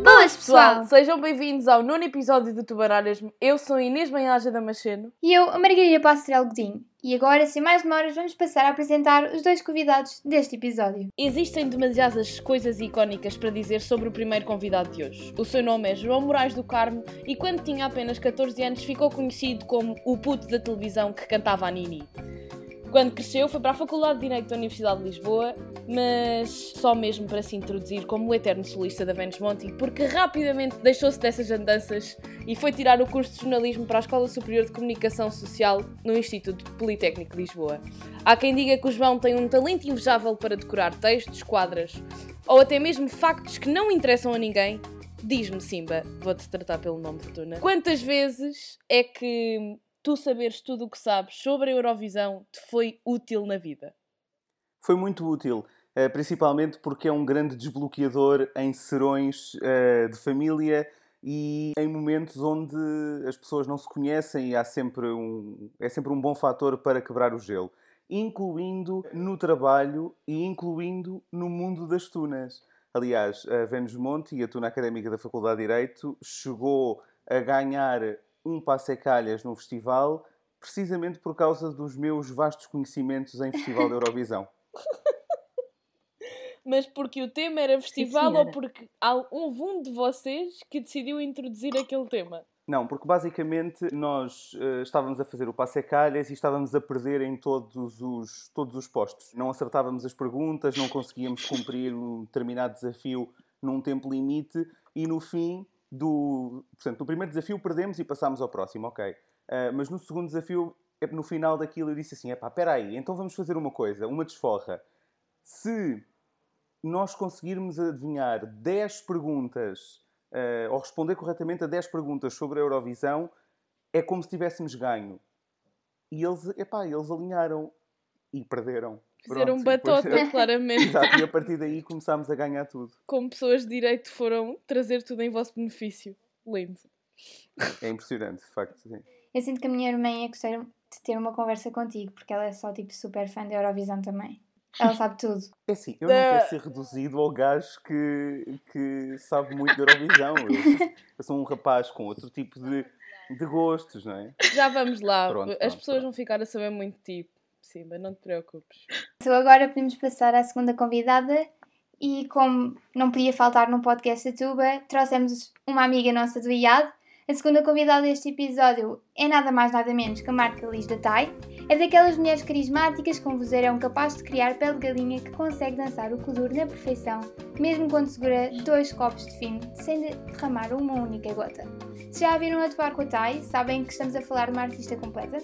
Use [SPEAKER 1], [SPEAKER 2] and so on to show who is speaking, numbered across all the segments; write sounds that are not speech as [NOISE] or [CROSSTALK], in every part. [SPEAKER 1] pessoal,
[SPEAKER 2] pessoal.
[SPEAKER 1] sejam bem-vindos ao nono episódio do Tubaralhas. Eu sou a Inês Manhaja Damasceno.
[SPEAKER 2] E eu, a Margarida Pastorel Godinho. E agora, sem mais demoras, vamos passar a apresentar os dois convidados deste episódio.
[SPEAKER 1] Existem demasiadas coisas icónicas para dizer sobre o primeiro convidado de hoje. O seu nome é João Moraes do Carmo e quando tinha apenas 14 anos ficou conhecido como o puto da televisão que cantava a Nini. Quando cresceu foi para a Faculdade de Direito da Universidade de Lisboa, mas só mesmo para se introduzir como o eterno solista da Vênus Monti, porque rapidamente deixou-se dessas andanças e foi tirar o curso de jornalismo para a Escola Superior de Comunicação Social no Instituto Politécnico de Lisboa. Há quem diga que o João tem um talento invejável para decorar textos, quadras ou até mesmo factos que não interessam a ninguém. Diz-me, Simba, vou-te tratar pelo nome Fortuna. Quantas vezes é que tu saberes tudo o que sabes sobre a Eurovisão te foi útil na vida?
[SPEAKER 3] Foi muito útil, eh, principalmente porque é um grande desbloqueador em serões eh, de família e em momentos onde as pessoas não se conhecem e há sempre um, é sempre um bom fator para quebrar o gelo, incluindo no trabalho e incluindo no mundo das tunas. Aliás, a Vênus Monte, a tuna académica da Faculdade de Direito, chegou a ganhar um passecalhas num festival precisamente por causa dos meus vastos conhecimentos em Festival da Eurovisão.
[SPEAKER 1] Mas porque o tema era festival ou
[SPEAKER 4] senhora.
[SPEAKER 1] porque há- houve um de vocês que decidiu introduzir aquele tema?
[SPEAKER 3] Não, porque basicamente nós eh, estávamos a fazer o passe a calhas e estávamos a perder em todos os, todos os postos. Não acertávamos as perguntas, não conseguíamos cumprir um determinado desafio num tempo limite e no fim do. Portanto, no primeiro desafio perdemos e passámos ao próximo, ok. Eh, mas no segundo desafio, eh, no final daquilo, eu disse assim: epá, peraí, então vamos fazer uma coisa, uma desforra. Se nós conseguirmos adivinhar 10 perguntas eh, ao responder corretamente a 10 perguntas sobre a Eurovisão, é como se tivéssemos ganho. E eles, epá, eles alinharam e perderam.
[SPEAKER 1] Fizeram um
[SPEAKER 3] Pronto, e depois-
[SPEAKER 1] batota, claramente.
[SPEAKER 3] [LAUGHS] Exato, e a partir daí começámos a ganhar tudo.
[SPEAKER 1] Como pessoas de direito foram trazer tudo em vosso benefício. Lindo.
[SPEAKER 3] É impressionante, de facto. Sim.
[SPEAKER 2] Eu sinto que a minha irmã ia gostar de ter uma conversa contigo, porque ela é só, tipo, super fã da Eurovisão também. Ela sabe tudo.
[SPEAKER 3] É assim, eu não
[SPEAKER 1] Da-
[SPEAKER 3] quero ser reduzido ao gajo que, que sabe muito da Eurovisão. Eu, eu sou um rapaz com outro tipo de, de gostos, não é?
[SPEAKER 1] Já vamos lá.
[SPEAKER 3] Pronto,
[SPEAKER 1] As
[SPEAKER 3] pronto,
[SPEAKER 1] pessoas
[SPEAKER 3] pronto.
[SPEAKER 1] vão ficar a saber muito de ti. Sim, mas não te preocupes.
[SPEAKER 2] Então agora podemos passar à segunda convidada e como não podia faltar num podcast da Tuba, trouxemos uma amiga nossa do IAD. A segunda convidada deste episódio é nada mais nada menos que a Marta Liz da TAI. É daquelas mulheres carismáticas com vozeirão capaz de criar pele de galinha que consegue dançar o kuduro na perfeição, mesmo quando segura dois copos de vinho sem de- derramar uma única gota. Se já a viram atuar com a TAI, sabem que estamos a falar de uma artista completa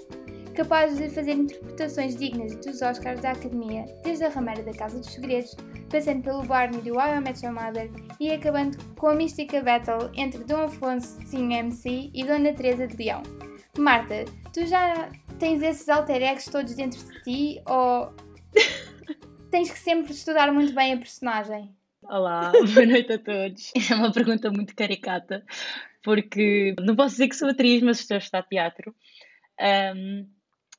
[SPEAKER 2] capaz de fazer interpretações dignas dos Oscars da Academia, desde a Rameira da Casa dos Segredos, passando pelo Barney do I Met Your Mother e acabando com a mística battle entre Dom Afonso Sim MC e Dona Teresa de Leão. Marta, tu já tens esses alter egos todos dentro de ti ou tens que sempre estudar muito bem a personagem?
[SPEAKER 4] Olá, [LAUGHS] boa noite a todos. É uma pergunta muito caricata, porque não posso dizer que sou atriz, mas estou a estudar teatro. Ahm,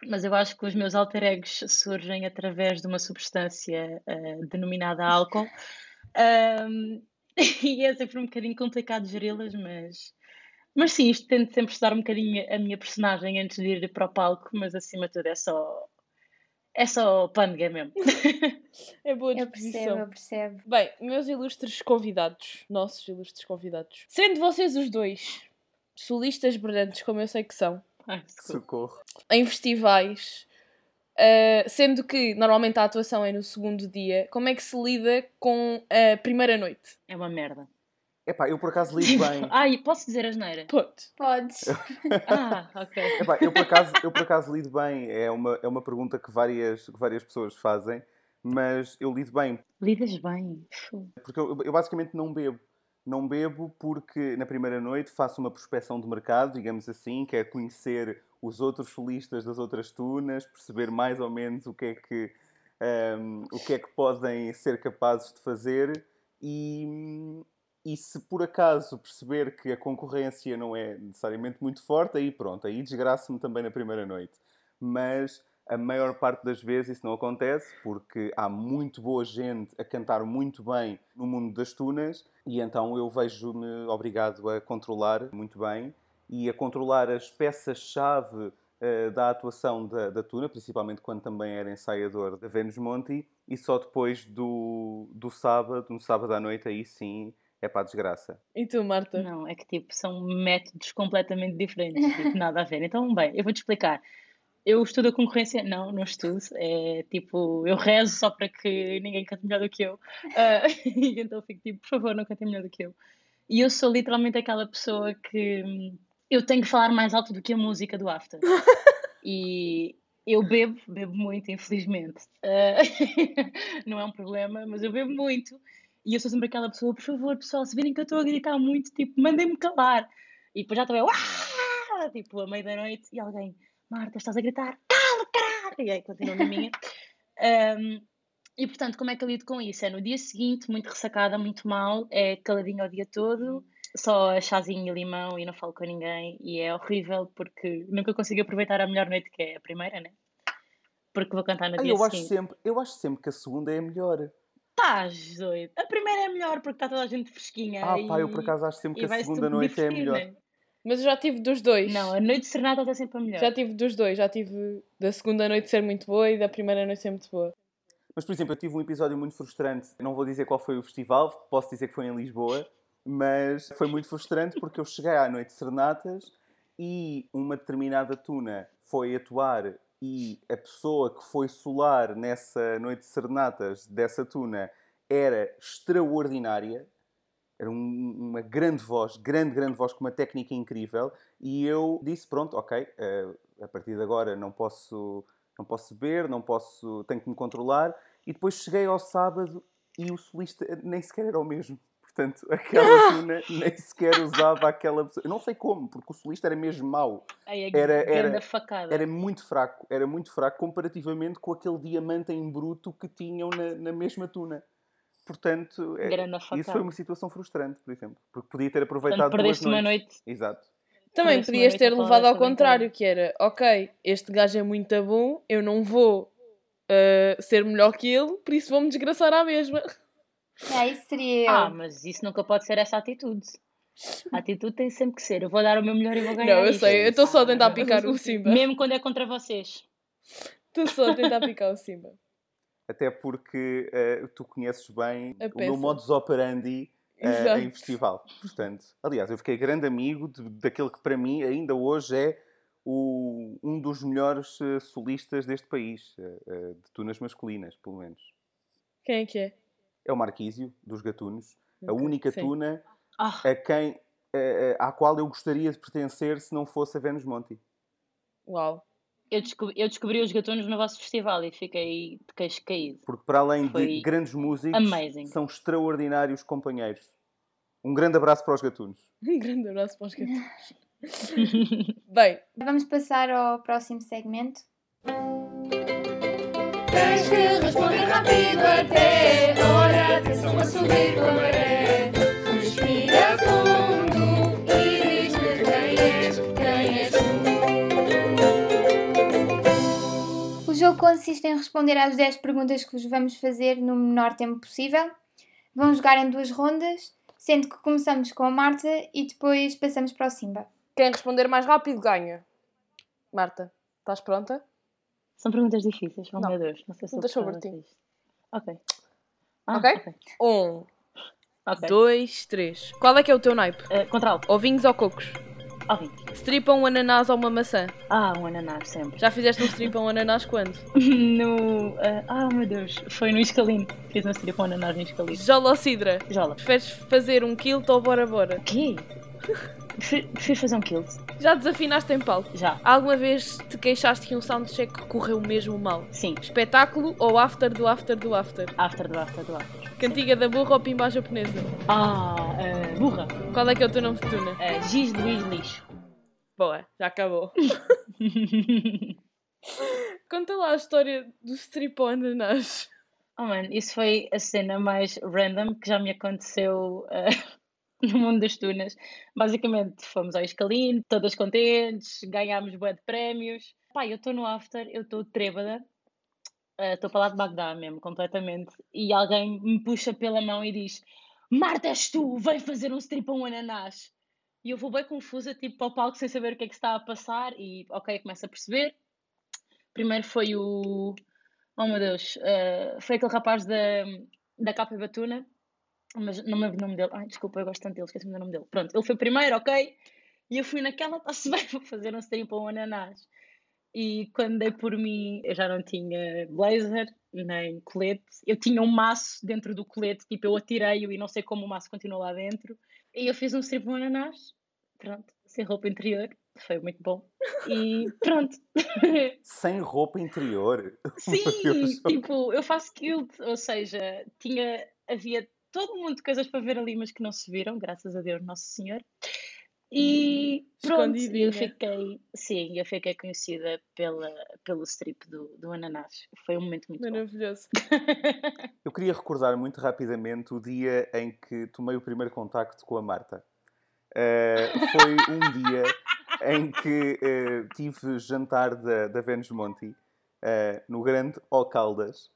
[SPEAKER 4] mas eu acho que os meus alter egos surgem através de uma substância ah, denominada álcool. Ahm, [LAUGHS] e é sempre um bocadinho complicado geri-las, mas, mas sim, isto tento sempre estudar um bocadinho a minha personagem antes de ir para o palco, mas acima de tudo é só, é só pândega mesmo.
[SPEAKER 1] É boa
[SPEAKER 2] Eu percebo,
[SPEAKER 1] disposição.
[SPEAKER 2] eu percebo.
[SPEAKER 1] Bem, meus ilustres convidados, nossos ilustres convidados, sendo vocês os dois solistas brilhantes, como eu sei que são,
[SPEAKER 4] Ai, desculpa.
[SPEAKER 3] Socorro.
[SPEAKER 1] em festivais, ah, sendo que normalmente a atuação é no segundo dia, como é que se lida com a primeira noite?
[SPEAKER 4] É uma merda.
[SPEAKER 3] Epá, eu por acaso lido bem.
[SPEAKER 4] Ai, posso dizer asneira?
[SPEAKER 1] Ponto.
[SPEAKER 2] Podes.
[SPEAKER 4] Ah, ok.
[SPEAKER 3] Epá, eu, por acaso, eu por acaso lido bem, é uma, é uma pergunta que várias, que várias pessoas fazem, mas eu lido bem,
[SPEAKER 4] Lidas bem. Fu.
[SPEAKER 3] porque eu, eu basicamente não bebo. Não bebo porque na primeira noite faço uma prospecção de mercado, digamos assim, que é conhecer os outros solistas das outras tunas, perceber mais ou menos o que é que, ehm, o que, é que podem ser capazes de fazer e, e se por acaso perceber que a concorrência não é necessariamente muito forte, aí pronto, aí desgraço-me também na primeira noite. Mas A maior parte das vezes isso não acontece, porque há muito boa gente a cantar muito bem no mundo das tunas, e então eu vejo-me obrigado a controlar muito bem e a controlar as peças-chave eh, da atuação da, da Tuna, principalmente quando também era ensaiador da Vênus Monti, e só depois do, do sábado, no sábado à noite, aí sim é para a desgraça.
[SPEAKER 1] E tu, Marta?
[SPEAKER 4] Não, é que tipo, são métodos completamente diferentes, tipo, nada a ver. Então, bem, eu vou-te explicar. Eu estudo a concorrência? Não, não estudo. É tipo, eu rezo só para que ninguém cante melhor do que eu. Ah, [LAUGHS] e então fico tipo, por favor, não cantem melhor do que eu. E eu sou literalmente aquela pessoa que hum, eu tenho que falar mais alto do que a música do after. E eu bebo, bebo muito, infelizmente. Ah, [LAUGHS] não é um problema, mas eu bebo muito. E eu sou sempre aquela pessoa, por favor, pessoal, se virem que eu estou a gritar muito, tipo, mandem-me calar. E depois já estou eu, "Uá!", tipo, à meia-da-noite, e alguém, Marta, estás a gritar, cala, caralho! E aí continuo
[SPEAKER 3] [LAUGHS]
[SPEAKER 4] na minha. Ahm, e portanto, como é que eu lido com isso? É no dia seguinte, muito ressacada, muito mal, é caladinha o dia todo, só chazinho e limão e não falo com ninguém, e é horrível porque nunca consigo aproveitar a melhor noite que é a primeira, né? Porque vou cantar no
[SPEAKER 3] Ah,
[SPEAKER 4] dia
[SPEAKER 3] eu, acho
[SPEAKER 4] seguinte.
[SPEAKER 3] sempre, eu acho sempre que a segunda é a melhor.
[SPEAKER 4] Estás doido. A primeira é melhor porque está toda a gente fresquinha.
[SPEAKER 3] Ah, pá, eu
[SPEAKER 4] É, e-
[SPEAKER 3] por acaso acho sempre
[SPEAKER 4] e
[SPEAKER 3] que a
[SPEAKER 4] vai-se
[SPEAKER 3] segunda
[SPEAKER 4] tudo
[SPEAKER 3] noite é a
[SPEAKER 4] divertir,
[SPEAKER 3] melhor.
[SPEAKER 4] né?
[SPEAKER 1] Mas eu já tive dos dois.
[SPEAKER 4] Não, a noite de serenata está sempre a melhor.
[SPEAKER 1] Já tive dos dois. Já tive da segunda noite ser muito boa e da primeira noite ser muito boa.
[SPEAKER 3] Mas, por exemplo, eu tive um episódio muito frustrante. Não vou dizer qual foi o festival, posso dizer que foi em Lisboa, mas foi muito frustrante porque eu cheguei à noite de serenatas e uma determinada tuna foi atuar e a pessoa que foi solar nessa noite de serenatas dessa tuna era extraordinária. Era um- uma grande voz, grande, grande voz, com uma técnica incrível. E eu disse, pronto, ok, eh, a partir de agora não posso, não posso beber, não posso, tenho que me controlar. E depois cheguei ao sábado e o solista nem sequer era o mesmo. Portanto,
[SPEAKER 4] [LAUGHS]
[SPEAKER 3] aquela tuna nem sequer usava aquela pessoa. Eu não sei como, porque o solista era mesmo mau.
[SPEAKER 4] Ai, a
[SPEAKER 3] Era-
[SPEAKER 4] grande
[SPEAKER 3] era-
[SPEAKER 4] facada.
[SPEAKER 3] Era muito fraco, era muito fraco comparativamente com aquele diamante em bruto que tinham na, na mesma tuna. Portanto, é-
[SPEAKER 4] grande facada.
[SPEAKER 3] isso foi uma situação frustrante, por exemplo. Porque podia ter aproveitado
[SPEAKER 4] Portanto,
[SPEAKER 3] duas
[SPEAKER 4] perdeste uma
[SPEAKER 3] noites.
[SPEAKER 4] noite.
[SPEAKER 3] Exato.
[SPEAKER 1] Também
[SPEAKER 4] Mas uma
[SPEAKER 1] podias
[SPEAKER 4] noite
[SPEAKER 1] ter
[SPEAKER 4] a falar
[SPEAKER 1] levado ao
[SPEAKER 4] desta
[SPEAKER 1] contrário, que era, ok, este gajo é muito bom, eu não vou ah, ser melhor que ele, por isso vou-me desgraçar à mesma.
[SPEAKER 2] [LAUGHS] É, isso seria eu.
[SPEAKER 4] Ah, mas isso nunca pode ser essa atitude. A atitude tem sempre que ser. Eu vou dar o meu melhor e vou ganhar.
[SPEAKER 1] Não, eu
[SPEAKER 4] isto.
[SPEAKER 1] sei, eu estou só a
[SPEAKER 4] Ah,
[SPEAKER 1] tentar
[SPEAKER 4] não.
[SPEAKER 1] picar o Simba.
[SPEAKER 4] Mesmo quando é contra vocês.
[SPEAKER 1] Estou só a tentar picar o Simba.
[SPEAKER 3] Até porque eh, tu conheces bem
[SPEAKER 1] A
[SPEAKER 3] o meu
[SPEAKER 1] peça.
[SPEAKER 3] modus operandi [LAUGHS] eh,
[SPEAKER 1] Exato.
[SPEAKER 3] em festival. Portanto, aliás, eu fiquei grande amigo de- daquele que para mim ainda hoje é o- um dos melhores eh, solistas deste país, eh, eh, de tunas masculinas, pelo menos.
[SPEAKER 1] Quem é que é?
[SPEAKER 3] É o Marquísio, dos Gatunos, a
[SPEAKER 1] Ok,
[SPEAKER 3] única
[SPEAKER 1] sim.
[SPEAKER 3] tuna
[SPEAKER 4] Ah,
[SPEAKER 3] a quem, eh, eh, à qual eu gostaria de pertencer se não fosse a Vênus Monti.
[SPEAKER 1] Uau. [LAUGHS]
[SPEAKER 4] eu, descob- eu descobri os gatunos no vosso festival e fiquei de queixo caído.
[SPEAKER 3] Porque para além de
[SPEAKER 4] Foi
[SPEAKER 3] grandes músicos,
[SPEAKER 4] amazing.
[SPEAKER 3] são extraordinários companheiros. Um grande abraço para os Gatunos.
[SPEAKER 1] Um grande abraço para os gatos. [LAUGHS] Bem,
[SPEAKER 2] Vamos passar ao próximo segmento.
[SPEAKER 5] Tens que responder rápido até a hora. Atenção a subir com a maré. Respira fundo e diz-me quem és, quem és
[SPEAKER 2] O jogo consiste em responder às 10 perguntas que vos vamos fazer no menor tempo possível. Vão jogar em duas rondas, sendo que começamos com a Marta e depois passamos para o Simba.
[SPEAKER 1] quem responder mais rápido ganha. Marta, estás pronta?
[SPEAKER 4] São perguntas difíceis, oh
[SPEAKER 1] Não.
[SPEAKER 4] meu Deus. Não sei se eu
[SPEAKER 1] Perguntas sobre
[SPEAKER 4] gostava
[SPEAKER 1] ti.
[SPEAKER 4] disto. Ok. Ah,
[SPEAKER 1] Ok?
[SPEAKER 4] Ok.
[SPEAKER 1] Um,
[SPEAKER 4] Ok.
[SPEAKER 1] dois, três. Qual é que é o teu naipe?
[SPEAKER 4] Eh, contra alto.
[SPEAKER 1] Ovinhos ou cocos?
[SPEAKER 4] Alguém.
[SPEAKER 1] Stripa um ananás ou uma maçã?
[SPEAKER 4] Ah, um ananás sempre.
[SPEAKER 1] Já fizeste um strip a um ananás quando?
[SPEAKER 4] [LAUGHS] No. ah, ah, meu Deus, foi no Iscalino. Fiz uma cirurgia com um ananás no Iscalino.
[SPEAKER 1] Jola ou sidra?
[SPEAKER 4] Jola.
[SPEAKER 1] Preferes fazer um kilt ou bora bora?
[SPEAKER 4] [LAUGHS] Quê? Prefe- Prefiro fazer um kilt.
[SPEAKER 1] Já desafinaste em palco?
[SPEAKER 4] Já.
[SPEAKER 1] Alguma vez te queixaste que um soundcheck correu mesmo mal?
[SPEAKER 4] Sim.
[SPEAKER 1] Espetáculo ou after do after do after?
[SPEAKER 4] After do after do after.
[SPEAKER 1] Cantiga da burra ou pimba à japonesa?
[SPEAKER 4] Ah, ah, burra.
[SPEAKER 1] Qual é que é o teu nome de tuna?
[SPEAKER 4] Ah, giz Luís Lixo. [LAUGHS]
[SPEAKER 1] Boa, já acabou. Conta lá a história do strip ao ananás.
[SPEAKER 4] oh, mano, isso foi a cena mais random que já me aconteceu ah, [LAUGHS] no mundo das tunas. Basicamente, fomos ao Iscalino, todas contentes, ganhámos bué de prémios. Pá, pá, eu estou no after, eu estou trêbada, Eh, estou para lá de Bagdá mesmo, completamente, e alguém me puxa pela mão e diz: Marta, és tu, vem fazer um strip a um ananás. E eu vou bem confusa, tipo, para o palco sem saber o que é que está a passar, e ok, começo a perceber. Primeiro foi o. Oh meu Deus, eh, foi aquele rapaz da, da capa Batuna, mas não me lembro do nome dele. Ai, desculpa, eu gosto tanto dele, esqueci-me do nome dele. Pronto, ele foi primeiro, ok? E eu fui naquela, está-se [LAUGHS] bem, vou fazer um strip ou um ananás. E quando dei por mim, eu já não tinha blazer, nem colete. Eu tinha um maço dentro do colete, tipo, eu atirei-o e não sei como o maço continuou lá dentro. E eu fiz um strip ou um ananás, pronto, sem roupa interior. Foi muito bom. E pronto.
[SPEAKER 3] Sem roupa interior. [LAUGHS] Deus,
[SPEAKER 4] Sim, tipo, eu faço quilt, ou seja, tinha, havia todo um mundo de coisas para ver ali, mas que não se viram, graças a Deus, Nosso Senhor. E pronto, e
[SPEAKER 1] Escondidinha.
[SPEAKER 4] eu fiquei, sim, eu fiquei conhecida pela, pelo strip do, do ananás. Foi um momento muito
[SPEAKER 1] [LAUGHS]
[SPEAKER 4] bom.
[SPEAKER 1] Maravilhoso.
[SPEAKER 3] Eu queria recordar muito rapidamente o dia em que tomei o primeiro contacto com a Marta. Eh, foi um dia em que eh, tive jantar da, da Vênus Monti eh, no Grande O Caldas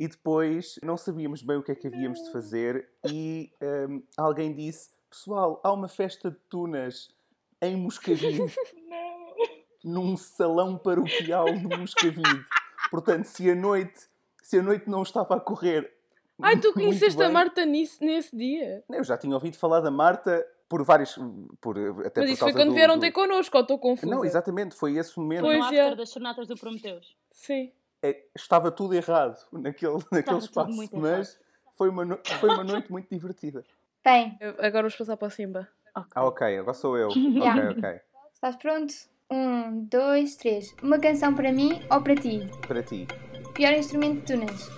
[SPEAKER 3] e depois não sabíamos bem o que é que havíamos de fazer e ehm, alguém disse pessoal, há uma festa de tunas em Moscavide
[SPEAKER 1] [LAUGHS]
[SPEAKER 3] num salão paroquial de Moscavide. Portanto, se a noite, se a noite não estava a correr.
[SPEAKER 1] Ai, tu
[SPEAKER 3] muito
[SPEAKER 1] conheceste a
[SPEAKER 3] bem-
[SPEAKER 1] Marta nisso, nesse dia?
[SPEAKER 3] Eu já tinha ouvido falar da Marta por vários. Por, eh, até
[SPEAKER 1] Mas
[SPEAKER 3] por
[SPEAKER 1] isso foi
[SPEAKER 3] causa
[SPEAKER 1] quando
[SPEAKER 3] do-
[SPEAKER 1] vieram
[SPEAKER 3] do-
[SPEAKER 1] ter connosco, ou estou confusa?
[SPEAKER 3] Não, exatamente, foi esse momento.
[SPEAKER 1] Pois
[SPEAKER 4] Foi no
[SPEAKER 1] é.
[SPEAKER 4] after Então, das Sonatas do Prometeus.
[SPEAKER 1] Sim.
[SPEAKER 3] É, estava tudo errado [LAUGHS] naquele, naquele
[SPEAKER 4] tudo
[SPEAKER 3] espaço,
[SPEAKER 4] muito
[SPEAKER 3] mas foi uma, no- foi uma noite muito divertida.
[SPEAKER 2] Bem,
[SPEAKER 1] Eu- Agora vamos passar para a Simba.
[SPEAKER 3] Ah, ok, agora sou
[SPEAKER 4] [LAUGHS]
[SPEAKER 3] eu.
[SPEAKER 2] Yeah.
[SPEAKER 3] Ok, ok.
[SPEAKER 2] estás pronto? Um, dois, três. Uma canção para mim ou para ti?
[SPEAKER 3] Para ti,
[SPEAKER 2] Pior instrumento de tunas?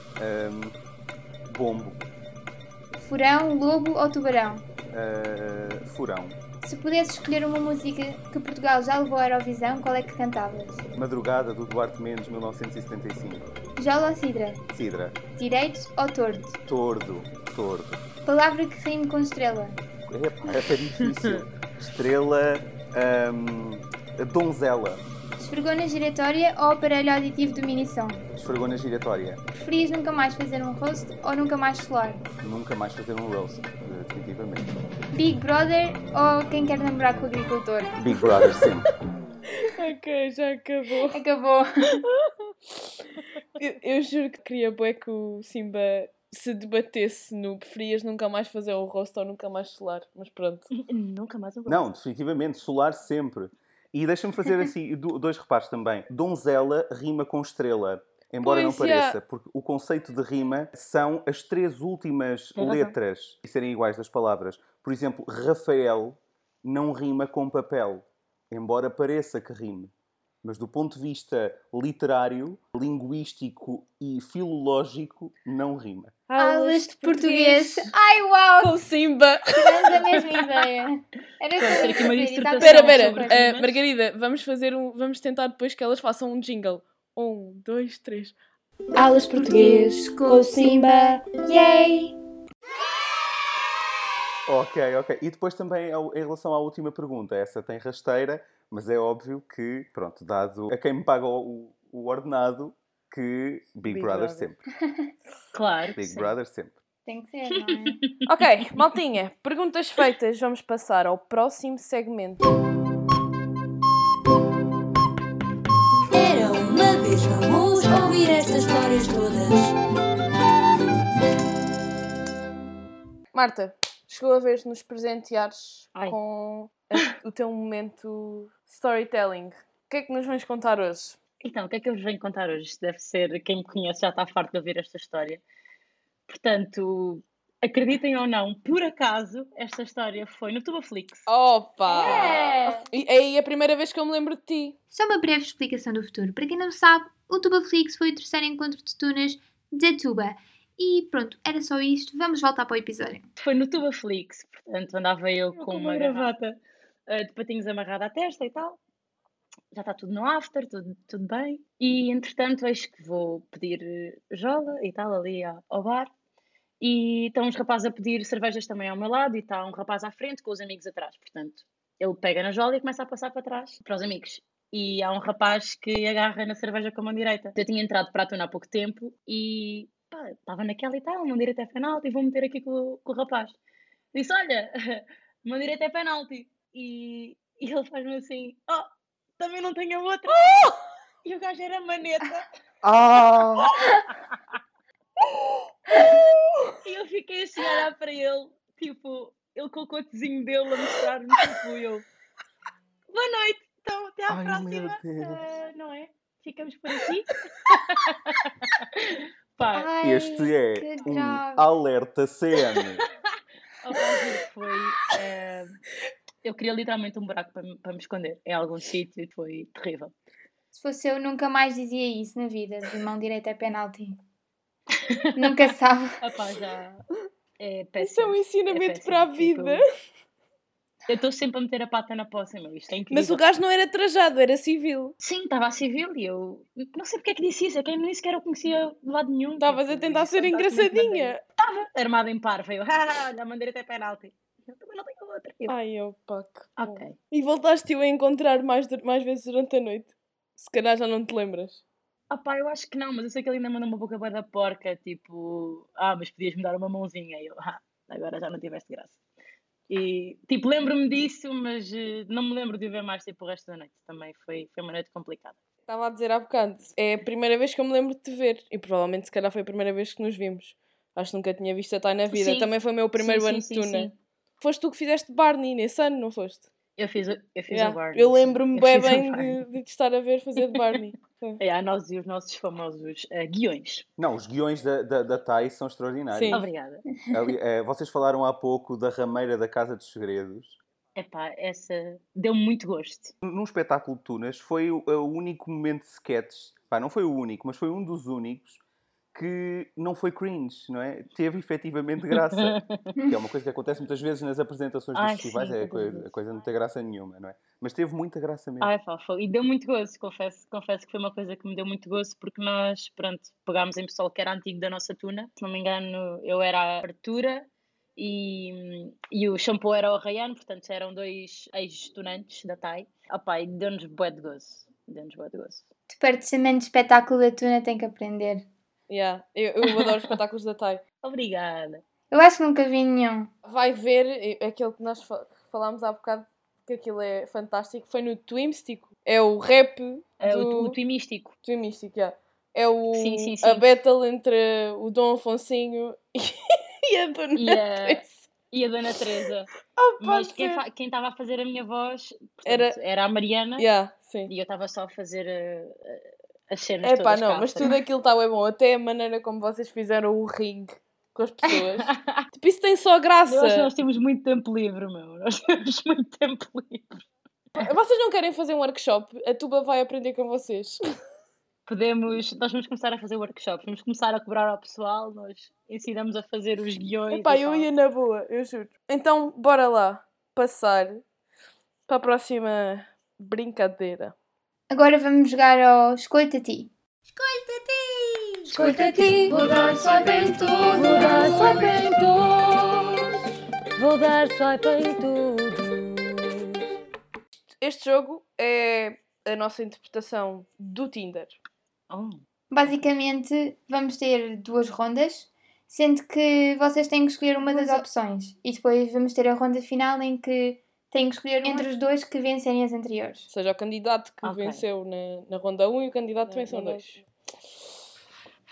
[SPEAKER 3] bombo,
[SPEAKER 2] Furão, lobo ou tubarão?
[SPEAKER 3] ah, furão,
[SPEAKER 2] Se pudesses escolher uma música que Portugal já levou à Eurovisão, qual é que cantavas?
[SPEAKER 3] madrugada do Duarte Mendes, 1975.
[SPEAKER 2] Jola ou Cidra?
[SPEAKER 3] Sidra,
[SPEAKER 2] Direito ou torto?
[SPEAKER 3] tordo, tordo.
[SPEAKER 2] Palavra que rime com estrela?
[SPEAKER 3] Epá, essa
[SPEAKER 1] [LAUGHS]
[SPEAKER 3] é difícil. Estrela, ahm, donzela,
[SPEAKER 2] Esfregona giratória ou aparelho auditivo do Minisom?
[SPEAKER 3] esfregona giratória.
[SPEAKER 2] Preferias nunca mais fazer um roast ou nunca mais solar?
[SPEAKER 3] Nunca mais fazer um roast, definitivamente.
[SPEAKER 2] Big Brother ou quem quer namorar com o agricultor?
[SPEAKER 3] Big Brother sempre.
[SPEAKER 1] Ok, já acabou.
[SPEAKER 2] Acabou.
[SPEAKER 1] Eu, eu juro que queria bué que o Simba se debatesse no preferias nunca mais fazer o rosto ou nunca mais solar. Mas [LAUGHS] pronto.
[SPEAKER 4] Nunca mais eu
[SPEAKER 3] Não, definitivamente, solar sempre. E deixa-me fazer assim do- dois reparos também. Donzela rima com estrela, embora
[SPEAKER 1] Pois,
[SPEAKER 3] não
[SPEAKER 1] já.
[SPEAKER 3] pareça, porque o conceito de rima são as três últimas
[SPEAKER 4] Tem razão.
[SPEAKER 3] letras e serem iguais das palavras. Por exemplo, Rafael não rima com papel, embora pareça que rime. Mas do ponto de vista literário, linguístico e filológico, não rima.
[SPEAKER 2] Aulas de português. Ai, uau!
[SPEAKER 1] Com Simba.
[SPEAKER 2] Tivemos a mesma ideia. Era
[SPEAKER 4] Pode
[SPEAKER 2] só
[SPEAKER 4] ser aqui uma
[SPEAKER 2] isso.
[SPEAKER 4] dissertação
[SPEAKER 1] Espera,
[SPEAKER 4] Sobre
[SPEAKER 1] espera.
[SPEAKER 4] rimas.
[SPEAKER 1] Ah, Margarida, vamos fazer um. Vamos tentar depois que elas façam um jingle. Um, dois, três.
[SPEAKER 6] Aulas de português com o Simba. Yay!
[SPEAKER 3] Ok, ok. E depois também ao- em relação à última pergunta, essa tem rasteira, mas é óbvio que, pronto, dado a quem me paga o, o ordenado, que Big,
[SPEAKER 1] Big
[SPEAKER 3] Brother,
[SPEAKER 1] Brother.
[SPEAKER 3] sempre.
[SPEAKER 4] Claro. que
[SPEAKER 3] Big
[SPEAKER 4] sim.
[SPEAKER 3] Brother sempre.
[SPEAKER 2] Tem que ser, não é?
[SPEAKER 1] [LAUGHS] Ok, maltinha, perguntas feitas, vamos passar ao próximo segmento.
[SPEAKER 6] Era uma vez, vamos ouvir estas histórias todas.
[SPEAKER 1] Marta, chegou a vez de nos presenteares
[SPEAKER 4] Ai.
[SPEAKER 1] com a- o teu momento storytelling. O que é que nos vens contar hoje?
[SPEAKER 4] Então, o que é que eu vos venho contar hoje? Isto Deve ser, quem me conhece já está farto de ouvir esta história. Portanto, acreditem ou não, por acaso, esta história foi no Tubaflix.
[SPEAKER 1] Opa!
[SPEAKER 2] É!
[SPEAKER 1] E aí é a primeira vez que eu me lembro de ti.
[SPEAKER 2] Só uma breve explicação do futuro. Para quem não sabe, o Tubaflix foi o terceiro encontro de tunas da Tuba. E pronto, era só isto. Vamos voltar para o episódio.
[SPEAKER 4] Foi no Tubaflix, portanto, andava eu com, uma, gravata eh, de patinhos amarrada à testa e tal. Já está tudo no after, tudo, tudo bem. E, entretanto, eis que vou pedir eh, jola e tal ali a- ao bar. E estão os rapazes a pedir cervejas também ao meu lado e está um rapaz à frente com os amigos atrás. Portanto, ele pega na jola e começa a passar para trás, para os amigos. e há um rapaz que agarra na cerveja com a mão direita. Eu tinha entrado para a tona há pouco tempo e pá, estava naquela e tal, mão direita é penalti, vou meter aqui com, o- com o rapaz. Disse, olha, [LAUGHS] mão direita é penalti. E, e ele faz-me assim, oh, também não tenho a outra. E o gajo era maneta.
[SPEAKER 3] Ah!
[SPEAKER 4] E eu fiquei assim a olhar para ele, tipo, ele com o cotezinho dele a mostrar-me, tipo, e eu. Boa noite, então até à
[SPEAKER 3] Ai, meu
[SPEAKER 4] próxima.
[SPEAKER 3] Deus.
[SPEAKER 4] Ah, não é? Ficamos por aqui. [LAUGHS]
[SPEAKER 3] Ah,
[SPEAKER 4] Pá,
[SPEAKER 2] Ai,
[SPEAKER 3] Este é
[SPEAKER 2] que
[SPEAKER 3] um
[SPEAKER 2] grave.
[SPEAKER 3] alerta CM.
[SPEAKER 4] ao fazer foi. ah, eu queria literalmente um buraco para, me- para me esconder em algum sítio e foi terrível.
[SPEAKER 2] Se fosse eu, nunca mais dizia isso na vida, de mão direita é penalti. nunca [LAUGHS] sabe.
[SPEAKER 4] Ah, pá, já.
[SPEAKER 1] Isso é
[SPEAKER 4] É
[SPEAKER 1] um
[SPEAKER 4] péssimo.
[SPEAKER 1] ensinamento
[SPEAKER 4] péssimo,
[SPEAKER 1] para a
[SPEAKER 4] tipo,
[SPEAKER 1] vida.
[SPEAKER 4] Eu estou sempre a meter a pata na poça, meu. Isto é incrível.
[SPEAKER 1] Mas o gajo não era trajado, era civil.
[SPEAKER 4] Sim, estava a civil e eu não sei porque é que disse isso, é que eu nem sequer o conhecia de lado nenhum.
[SPEAKER 1] Estavas
[SPEAKER 4] tipo,
[SPEAKER 1] a tentar
[SPEAKER 4] isso
[SPEAKER 1] ser
[SPEAKER 4] fantasticamente
[SPEAKER 1] engraçadinha.
[SPEAKER 4] maneiro. Armada em parva, eu, [LAUGHS] ah, olha, a bandeira até penalti. Eu também não tenho outra. Eu,
[SPEAKER 1] Ai, opa, que bom.
[SPEAKER 4] ok.
[SPEAKER 1] E voltaste-o a encontrar mais, dur- mais vezes durante a noite. Se calhar já não te lembras.
[SPEAKER 4] Ah pá, eu acho que não, mas eu sei que ele ainda mandou uma boca bué da porca, tipo, ah, mas podias-me dar uma mãozinha. E eu, ah, agora já não tiveste graça. E, tipo, lembro-me disso, mas eh, não me lembro de o ver mais, tipo, o resto da noite. Também foi, foi uma noite complicada.
[SPEAKER 1] Estava a dizer há bocado, é a primeira vez que eu me lembro de te ver. E provavelmente, se calhar, foi a primeira vez que nos vimos. Acho que nunca tinha visto a Thay na vida.
[SPEAKER 4] Sim.
[SPEAKER 1] Também foi o meu primeiro
[SPEAKER 4] Sim,
[SPEAKER 1] ano né?
[SPEAKER 4] sim,
[SPEAKER 1] de
[SPEAKER 4] sim,
[SPEAKER 1] Tuna.
[SPEAKER 4] sim.
[SPEAKER 1] Foste tu que fizeste Barney nesse ano, não foste?
[SPEAKER 4] Eu fiz, o- eu fiz
[SPEAKER 1] Yeah.
[SPEAKER 4] o Barney.
[SPEAKER 1] Eu
[SPEAKER 4] sim.
[SPEAKER 1] lembro-me
[SPEAKER 4] Eu
[SPEAKER 1] bem,
[SPEAKER 4] fiz o
[SPEAKER 1] bem
[SPEAKER 4] Barney.
[SPEAKER 1] de, de te estar a ver fazer de Barney. Foi.
[SPEAKER 4] É, há nós e os nossos famosos eh, guiões.
[SPEAKER 3] Não, os guiões da, da, da Thay são extraordinários.
[SPEAKER 1] Sim.
[SPEAKER 4] Obrigada.
[SPEAKER 3] Ali- eh, vocês falaram há pouco da rameira da Casa dos Segredos.
[SPEAKER 4] Epá, essa deu-me muito gosto.
[SPEAKER 3] Num espetáculo de Tunas foi o, eh, o único momento de sketch, pá, não foi o único, mas foi um dos únicos que não foi cringe, não é? Teve efetivamente graça. que
[SPEAKER 4] [LAUGHS]
[SPEAKER 3] é uma coisa que acontece muitas vezes nas apresentações dos
[SPEAKER 4] Ai,
[SPEAKER 3] festivais,
[SPEAKER 4] sim,
[SPEAKER 3] é a
[SPEAKER 4] todas as
[SPEAKER 3] coisa, a
[SPEAKER 4] vezes.
[SPEAKER 3] coisa não ter graça nenhuma, não é? Mas teve muita graça
[SPEAKER 1] É.
[SPEAKER 3] mesmo.
[SPEAKER 4] Ai, pá, foi. E deu muito gosto, confesso, confesso que foi uma coisa que me deu muito gosto, porque nós, pronto, pegámos em pessoal que era antigo da nossa tuna. Se não me engano, eu era a Artura e, e o shampoo era o Rayane, portanto eram dois ex-tunantes da TAI. Ah, pá, e deu-nos bué de gozo. Deu-nos bué de gozo.
[SPEAKER 2] De participante de espetáculo da Tuna tem que aprender.
[SPEAKER 1] Yeah. Eu, eu adoro os espetáculos da Thay.
[SPEAKER 4] Obrigada.
[SPEAKER 2] Eu acho que nunca vi nenhum.
[SPEAKER 1] Vai ver é- aquele que nós fa- falámos há bocado, que aquilo é fantástico. Foi no Twimstico. É o rap
[SPEAKER 4] Ah,
[SPEAKER 1] do-
[SPEAKER 4] o,
[SPEAKER 1] [LAUGHS]
[SPEAKER 4] o Twimístico.
[SPEAKER 1] Twimístico, yeah. É o,
[SPEAKER 4] Sim, sim,
[SPEAKER 1] a
[SPEAKER 4] sim.
[SPEAKER 1] battle entre o Dom Afonsinho [LAUGHS] e, e a Dona
[SPEAKER 4] E a-
[SPEAKER 1] Teresa.
[SPEAKER 4] E a Dona Teresa.
[SPEAKER 1] Oh,
[SPEAKER 4] Mas
[SPEAKER 1] [LAUGHS] pode
[SPEAKER 4] quem
[SPEAKER 1] ser.
[SPEAKER 4] fa- é? quem estava a fazer a minha voz portanto,
[SPEAKER 1] Era-
[SPEAKER 4] era... a Mariana.
[SPEAKER 1] Yeah, sim.
[SPEAKER 4] E eu estava só a fazer eh, eh, as cenas
[SPEAKER 1] É pá,
[SPEAKER 4] todas
[SPEAKER 1] não,
[SPEAKER 4] cá,
[SPEAKER 1] mas
[SPEAKER 4] sabe?
[SPEAKER 1] tudo aquilo está bem bom. Até a maneira como vocês fizeram o ring com as
[SPEAKER 4] [LAUGHS]
[SPEAKER 1] pessoas. tipo, isso tem só graça.
[SPEAKER 4] Eu acho que nós temos muito tempo livre, meu. [LAUGHS] Nós temos muito tempo livre.
[SPEAKER 1] Vocês não querem fazer um workshop? A tuba vai aprender com vocês.
[SPEAKER 4] Podemos, nós vamos começar a fazer workshops, vamos começar a cobrar ao pessoal, nós ensinamos a fazer os guiões.
[SPEAKER 1] Epá,
[SPEAKER 4] e
[SPEAKER 1] eu
[SPEAKER 4] tal.
[SPEAKER 1] ia na boa, eu juro. Então, bora lá passar para a próxima brincadeira.
[SPEAKER 2] Agora vamos jogar ao Escolha-te a ti.
[SPEAKER 5] Escuta a ti, vou dar só bem tudo, vou dar só bem tudo.
[SPEAKER 6] Vou dar só em tudo.
[SPEAKER 1] Este jogo é a nossa interpretação do Tinder.
[SPEAKER 4] Oh,
[SPEAKER 2] Basicamente, vamos ter duas rondas, sendo que vocês têm que escolher uma das opções. E depois vamos ter a ronda final em que têm que escolher entre os dois que vencerem as anteriores.
[SPEAKER 1] Ou seja, o candidato que
[SPEAKER 4] Ok.
[SPEAKER 1] venceu na, na ronda 1 e o candidato que
[SPEAKER 4] Na
[SPEAKER 1] venceu na
[SPEAKER 4] ronda
[SPEAKER 1] 2.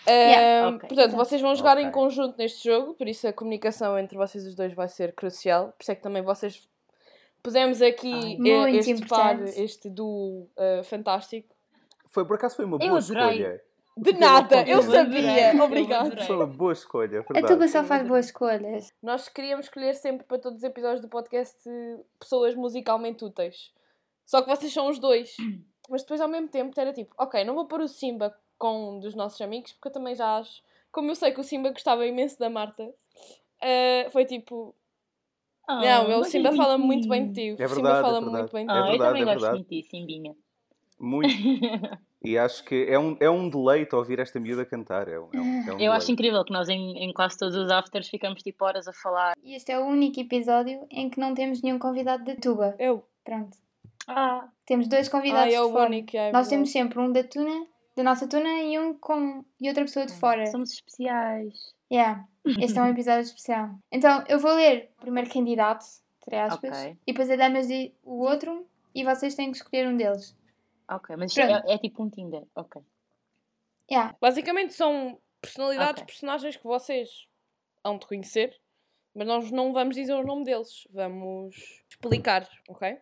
[SPEAKER 2] Yeah,
[SPEAKER 4] ok,
[SPEAKER 1] portanto,
[SPEAKER 2] exato.
[SPEAKER 1] vocês vão jogar em
[SPEAKER 3] Ok.
[SPEAKER 1] conjunto neste jogo, por isso a comunicação entre vocês os dois vai ser crucial. Por isso é que também vocês pusemos aqui
[SPEAKER 2] Ai,
[SPEAKER 1] eh,
[SPEAKER 2] muito
[SPEAKER 1] este
[SPEAKER 2] importante.
[SPEAKER 1] par, este duo eh, fantástico.
[SPEAKER 3] Foi por acaso foi uma
[SPEAKER 4] Eu
[SPEAKER 3] boa
[SPEAKER 4] adorei.
[SPEAKER 3] escolha.
[SPEAKER 1] De
[SPEAKER 3] Fiquei
[SPEAKER 1] nada,
[SPEAKER 3] logo
[SPEAKER 1] eu
[SPEAKER 3] contente.
[SPEAKER 1] sabia,
[SPEAKER 4] Eu
[SPEAKER 1] obrigado.
[SPEAKER 4] adorei. Então
[SPEAKER 3] Foi uma boa escolha, é
[SPEAKER 2] A Tuba
[SPEAKER 3] verdade.
[SPEAKER 2] só faz boas escolhas.
[SPEAKER 1] Nós queríamos escolher sempre para todos os episódios do podcast eh, pessoas musicalmente úteis. Só que vocês são os dois. Mas depois ao mesmo tempo era tipo, ok, não vou pôr o Simba com um dos nossos amigos, porque eu também já acho. Como eu sei que o Simba gostava imenso da Marta, eh, foi tipo, não,
[SPEAKER 4] mas
[SPEAKER 1] o
[SPEAKER 4] é
[SPEAKER 1] Simba fala muito bem de ti. O
[SPEAKER 3] É
[SPEAKER 1] Simba
[SPEAKER 3] verdade, é
[SPEAKER 1] fala
[SPEAKER 3] verdade.
[SPEAKER 1] muito bem de ti.
[SPEAKER 4] Ah, eu
[SPEAKER 3] verdade,
[SPEAKER 4] também
[SPEAKER 3] é
[SPEAKER 4] gosto
[SPEAKER 3] verdade.
[SPEAKER 4] muito de
[SPEAKER 1] [LAUGHS]
[SPEAKER 4] ti, Simbinha.
[SPEAKER 3] Muito. E acho que é um, é um deleite ouvir esta miúda cantar. É um, é um- é um
[SPEAKER 4] Eu acho
[SPEAKER 3] deleite.
[SPEAKER 4] incrível que nós em, em quase todos os afters ficamos tipo horas a falar.
[SPEAKER 2] E este é o único episódio em que não temos nenhum convidado da Tuba.
[SPEAKER 1] Eu,
[SPEAKER 2] Pronto.
[SPEAKER 4] Ah,
[SPEAKER 2] Temos dois
[SPEAKER 1] Ah,
[SPEAKER 2] convidados
[SPEAKER 1] é o
[SPEAKER 2] de fora.
[SPEAKER 1] único. é
[SPEAKER 2] Nós
[SPEAKER 1] verdade.
[SPEAKER 2] temos sempre um da tuna, da nossa tuna e um com e outra pessoa de fora.
[SPEAKER 4] somos especiais.
[SPEAKER 2] Yeah. Este
[SPEAKER 1] [LAUGHS]
[SPEAKER 2] é um episódio especial. Então, eu vou ler o primeiro candidato, entre aspas,
[SPEAKER 4] Ok.
[SPEAKER 2] e depois a Damas diz o outro, e vocês têm que escolher um deles.
[SPEAKER 4] Ok, mas isto é, é tipo um Tinder. Ok.
[SPEAKER 2] Yeah.
[SPEAKER 1] Basicamente são personalidades,
[SPEAKER 4] Ok.
[SPEAKER 1] personagens que vocês hão de conhecer, mas nós não vamos dizer o nome deles, vamos explicar, ok?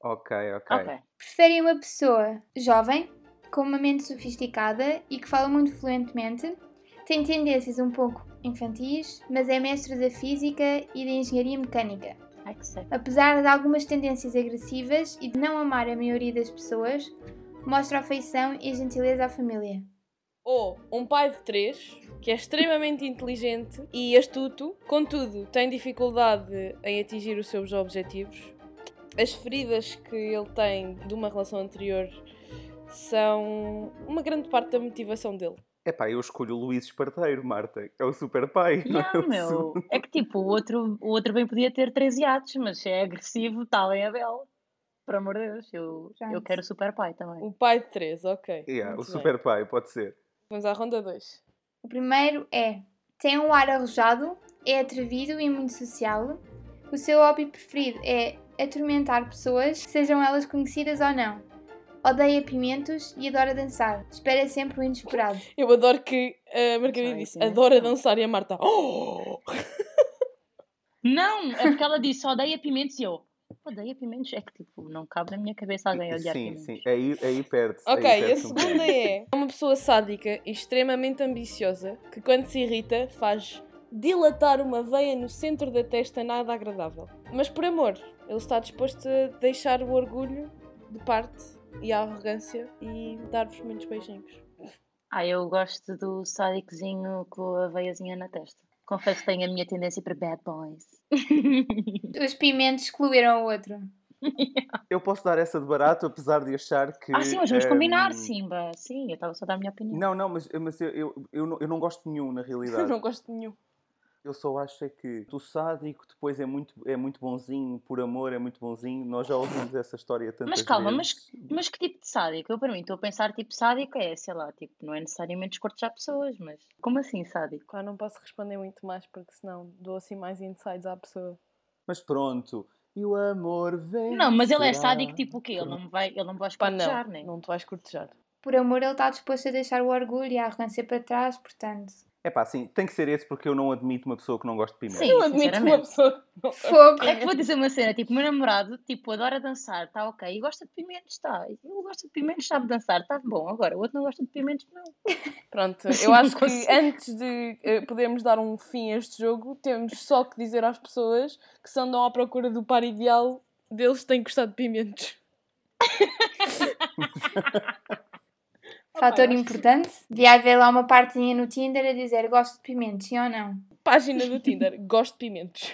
[SPEAKER 3] Ok, ok.
[SPEAKER 4] Ok.
[SPEAKER 2] Preferem uma pessoa jovem, com uma mente sofisticada e que fala muito fluentemente, tem tendências um pouco infantis, mas é mestre da física e da engenharia mecânica.
[SPEAKER 4] Ai que seco.
[SPEAKER 2] Apesar de algumas tendências agressivas e de não amar a maioria das pessoas, mostra afeição e gentileza à família.
[SPEAKER 1] Ou um pai de três que é extremamente inteligente e astuto, contudo tem dificuldade em atingir os seus objetivos. As feridas que ele tem de uma relação anterior são uma grande parte da motivação dele.
[SPEAKER 3] Epá, eu escolho o Luís Esparteiro, Marta. É o super pai. [LAUGHS] não é
[SPEAKER 4] Yeah,
[SPEAKER 3] o su-
[SPEAKER 4] meu. É que tipo, o outro, o outro bem podia ter 13 atos, mas é agressivo, tal é a Bela. Por amor de Deus, eu, eu
[SPEAKER 2] Gente.
[SPEAKER 4] quero o super pai também.
[SPEAKER 1] O pai de três, ok.
[SPEAKER 3] Yeah, o
[SPEAKER 1] Muito bem.
[SPEAKER 3] super pai, pode ser.
[SPEAKER 1] Vamos à ronda dois.
[SPEAKER 2] O primeiro é: tem um ar arrojado, é atrevido e muito social. O seu hobby preferido é atormentar pessoas, sejam elas conhecidas ou não. Odeia pimentos e adora dançar. Espera sempre o inesperado.
[SPEAKER 1] Eu adoro que a Margarida
[SPEAKER 4] Ai,
[SPEAKER 1] disse
[SPEAKER 4] sim, é
[SPEAKER 1] adora
[SPEAKER 4] verdade.
[SPEAKER 1] dançar e a Marta. "Oh!"
[SPEAKER 4] Não, é porque ela disse odeia pimentos e eu. Odeia pimentos? É que tipo, não cabe na minha cabeça alguém odiar
[SPEAKER 3] Sim,
[SPEAKER 4] pimentos.
[SPEAKER 3] sim. Aí, aí perde-se.
[SPEAKER 1] Ok,
[SPEAKER 3] aí
[SPEAKER 1] a
[SPEAKER 3] perde-se um
[SPEAKER 1] segunda
[SPEAKER 3] bocadinho.
[SPEAKER 1] é é uma pessoa sádica e extremamente ambiciosa que quando se irrita faz dilatar uma veia no centro da testa nada agradável. Mas por amor, ele está disposto a deixar o orgulho de parte e a arrogância e dar-vos muitos beijinhos.
[SPEAKER 4] Ah, eu gosto do sádicozinho com a veiazinha na testa. Confesso que tenho a minha tendência para bad boys.
[SPEAKER 2] Os pimentos excluíram o outro.
[SPEAKER 3] Eu posso dar essa de barato, apesar de achar que.
[SPEAKER 4] Ah, sim, mas vamos combinar,
[SPEAKER 3] ehm,
[SPEAKER 4] Simba. Sim, eu estava só a dar a minha opinião.
[SPEAKER 3] Não, não, mas, mas eu, eu, eu, não, eu não gosto de nenhum, na
[SPEAKER 1] Eu [LAUGHS]
[SPEAKER 3] realidade.
[SPEAKER 1] não gosto de nenhum.
[SPEAKER 3] Eu só acho é que o sádico depois é muito, é muito bonzinho, por amor é muito bonzinho. Nós já ouvimos essa história tantas
[SPEAKER 4] Mas calma, mas,
[SPEAKER 3] vezes.
[SPEAKER 4] mas que tipo de sádico? Eu para mim estou a pensar tipo sádico é, sei lá, tipo, não é necessariamente escortejar pessoas, mas como assim sádico?
[SPEAKER 1] Claro, não posso responder muito mais porque senão dou assim mais insights à pessoa.
[SPEAKER 3] Mas pronto. E o amor vem.
[SPEAKER 4] Não, mas ele é sádico tipo o quê? Ele não me vai, ele não me vai
[SPEAKER 1] Pá,
[SPEAKER 4] escortejar,
[SPEAKER 1] não,
[SPEAKER 4] né?
[SPEAKER 1] não te vais cortejar.
[SPEAKER 2] Por amor, ele está disposto a deixar o orgulho e a arrogância para trás, portanto.
[SPEAKER 3] É pá, sim, tem que ser esse porque eu não admito uma pessoa que não gosta de pimenta.
[SPEAKER 4] Sim.
[SPEAKER 1] Eu admito uma
[SPEAKER 4] sinceramente.
[SPEAKER 1] pessoa.
[SPEAKER 2] Fogo!
[SPEAKER 4] É que vou dizer uma cena, tipo, meu namorado, tipo, adora dançar, está ok, e gosta de pimentos, está. Ele gosta de pimentos, sabe dançar, está bom. Agora, o outro não gosta de pimentos, não.
[SPEAKER 3] [LAUGHS]
[SPEAKER 1] Pronto,
[SPEAKER 4] Assim
[SPEAKER 1] eu
[SPEAKER 4] não
[SPEAKER 1] acho que
[SPEAKER 4] consigo.
[SPEAKER 1] antes de eh, podermos dar um fim a este jogo, temos só que dizer às pessoas que se andam à procura do par ideal, deles têm que gostar de pimentos. [LAUGHS]
[SPEAKER 2] Fator
[SPEAKER 4] Opa, eu acho-
[SPEAKER 2] importante. Devia haver lá uma partezinha no Tinder a dizer gosto de pimentos, sim ou não?
[SPEAKER 1] Página do
[SPEAKER 3] [LAUGHS]
[SPEAKER 1] Tinder, gosto de pimentos.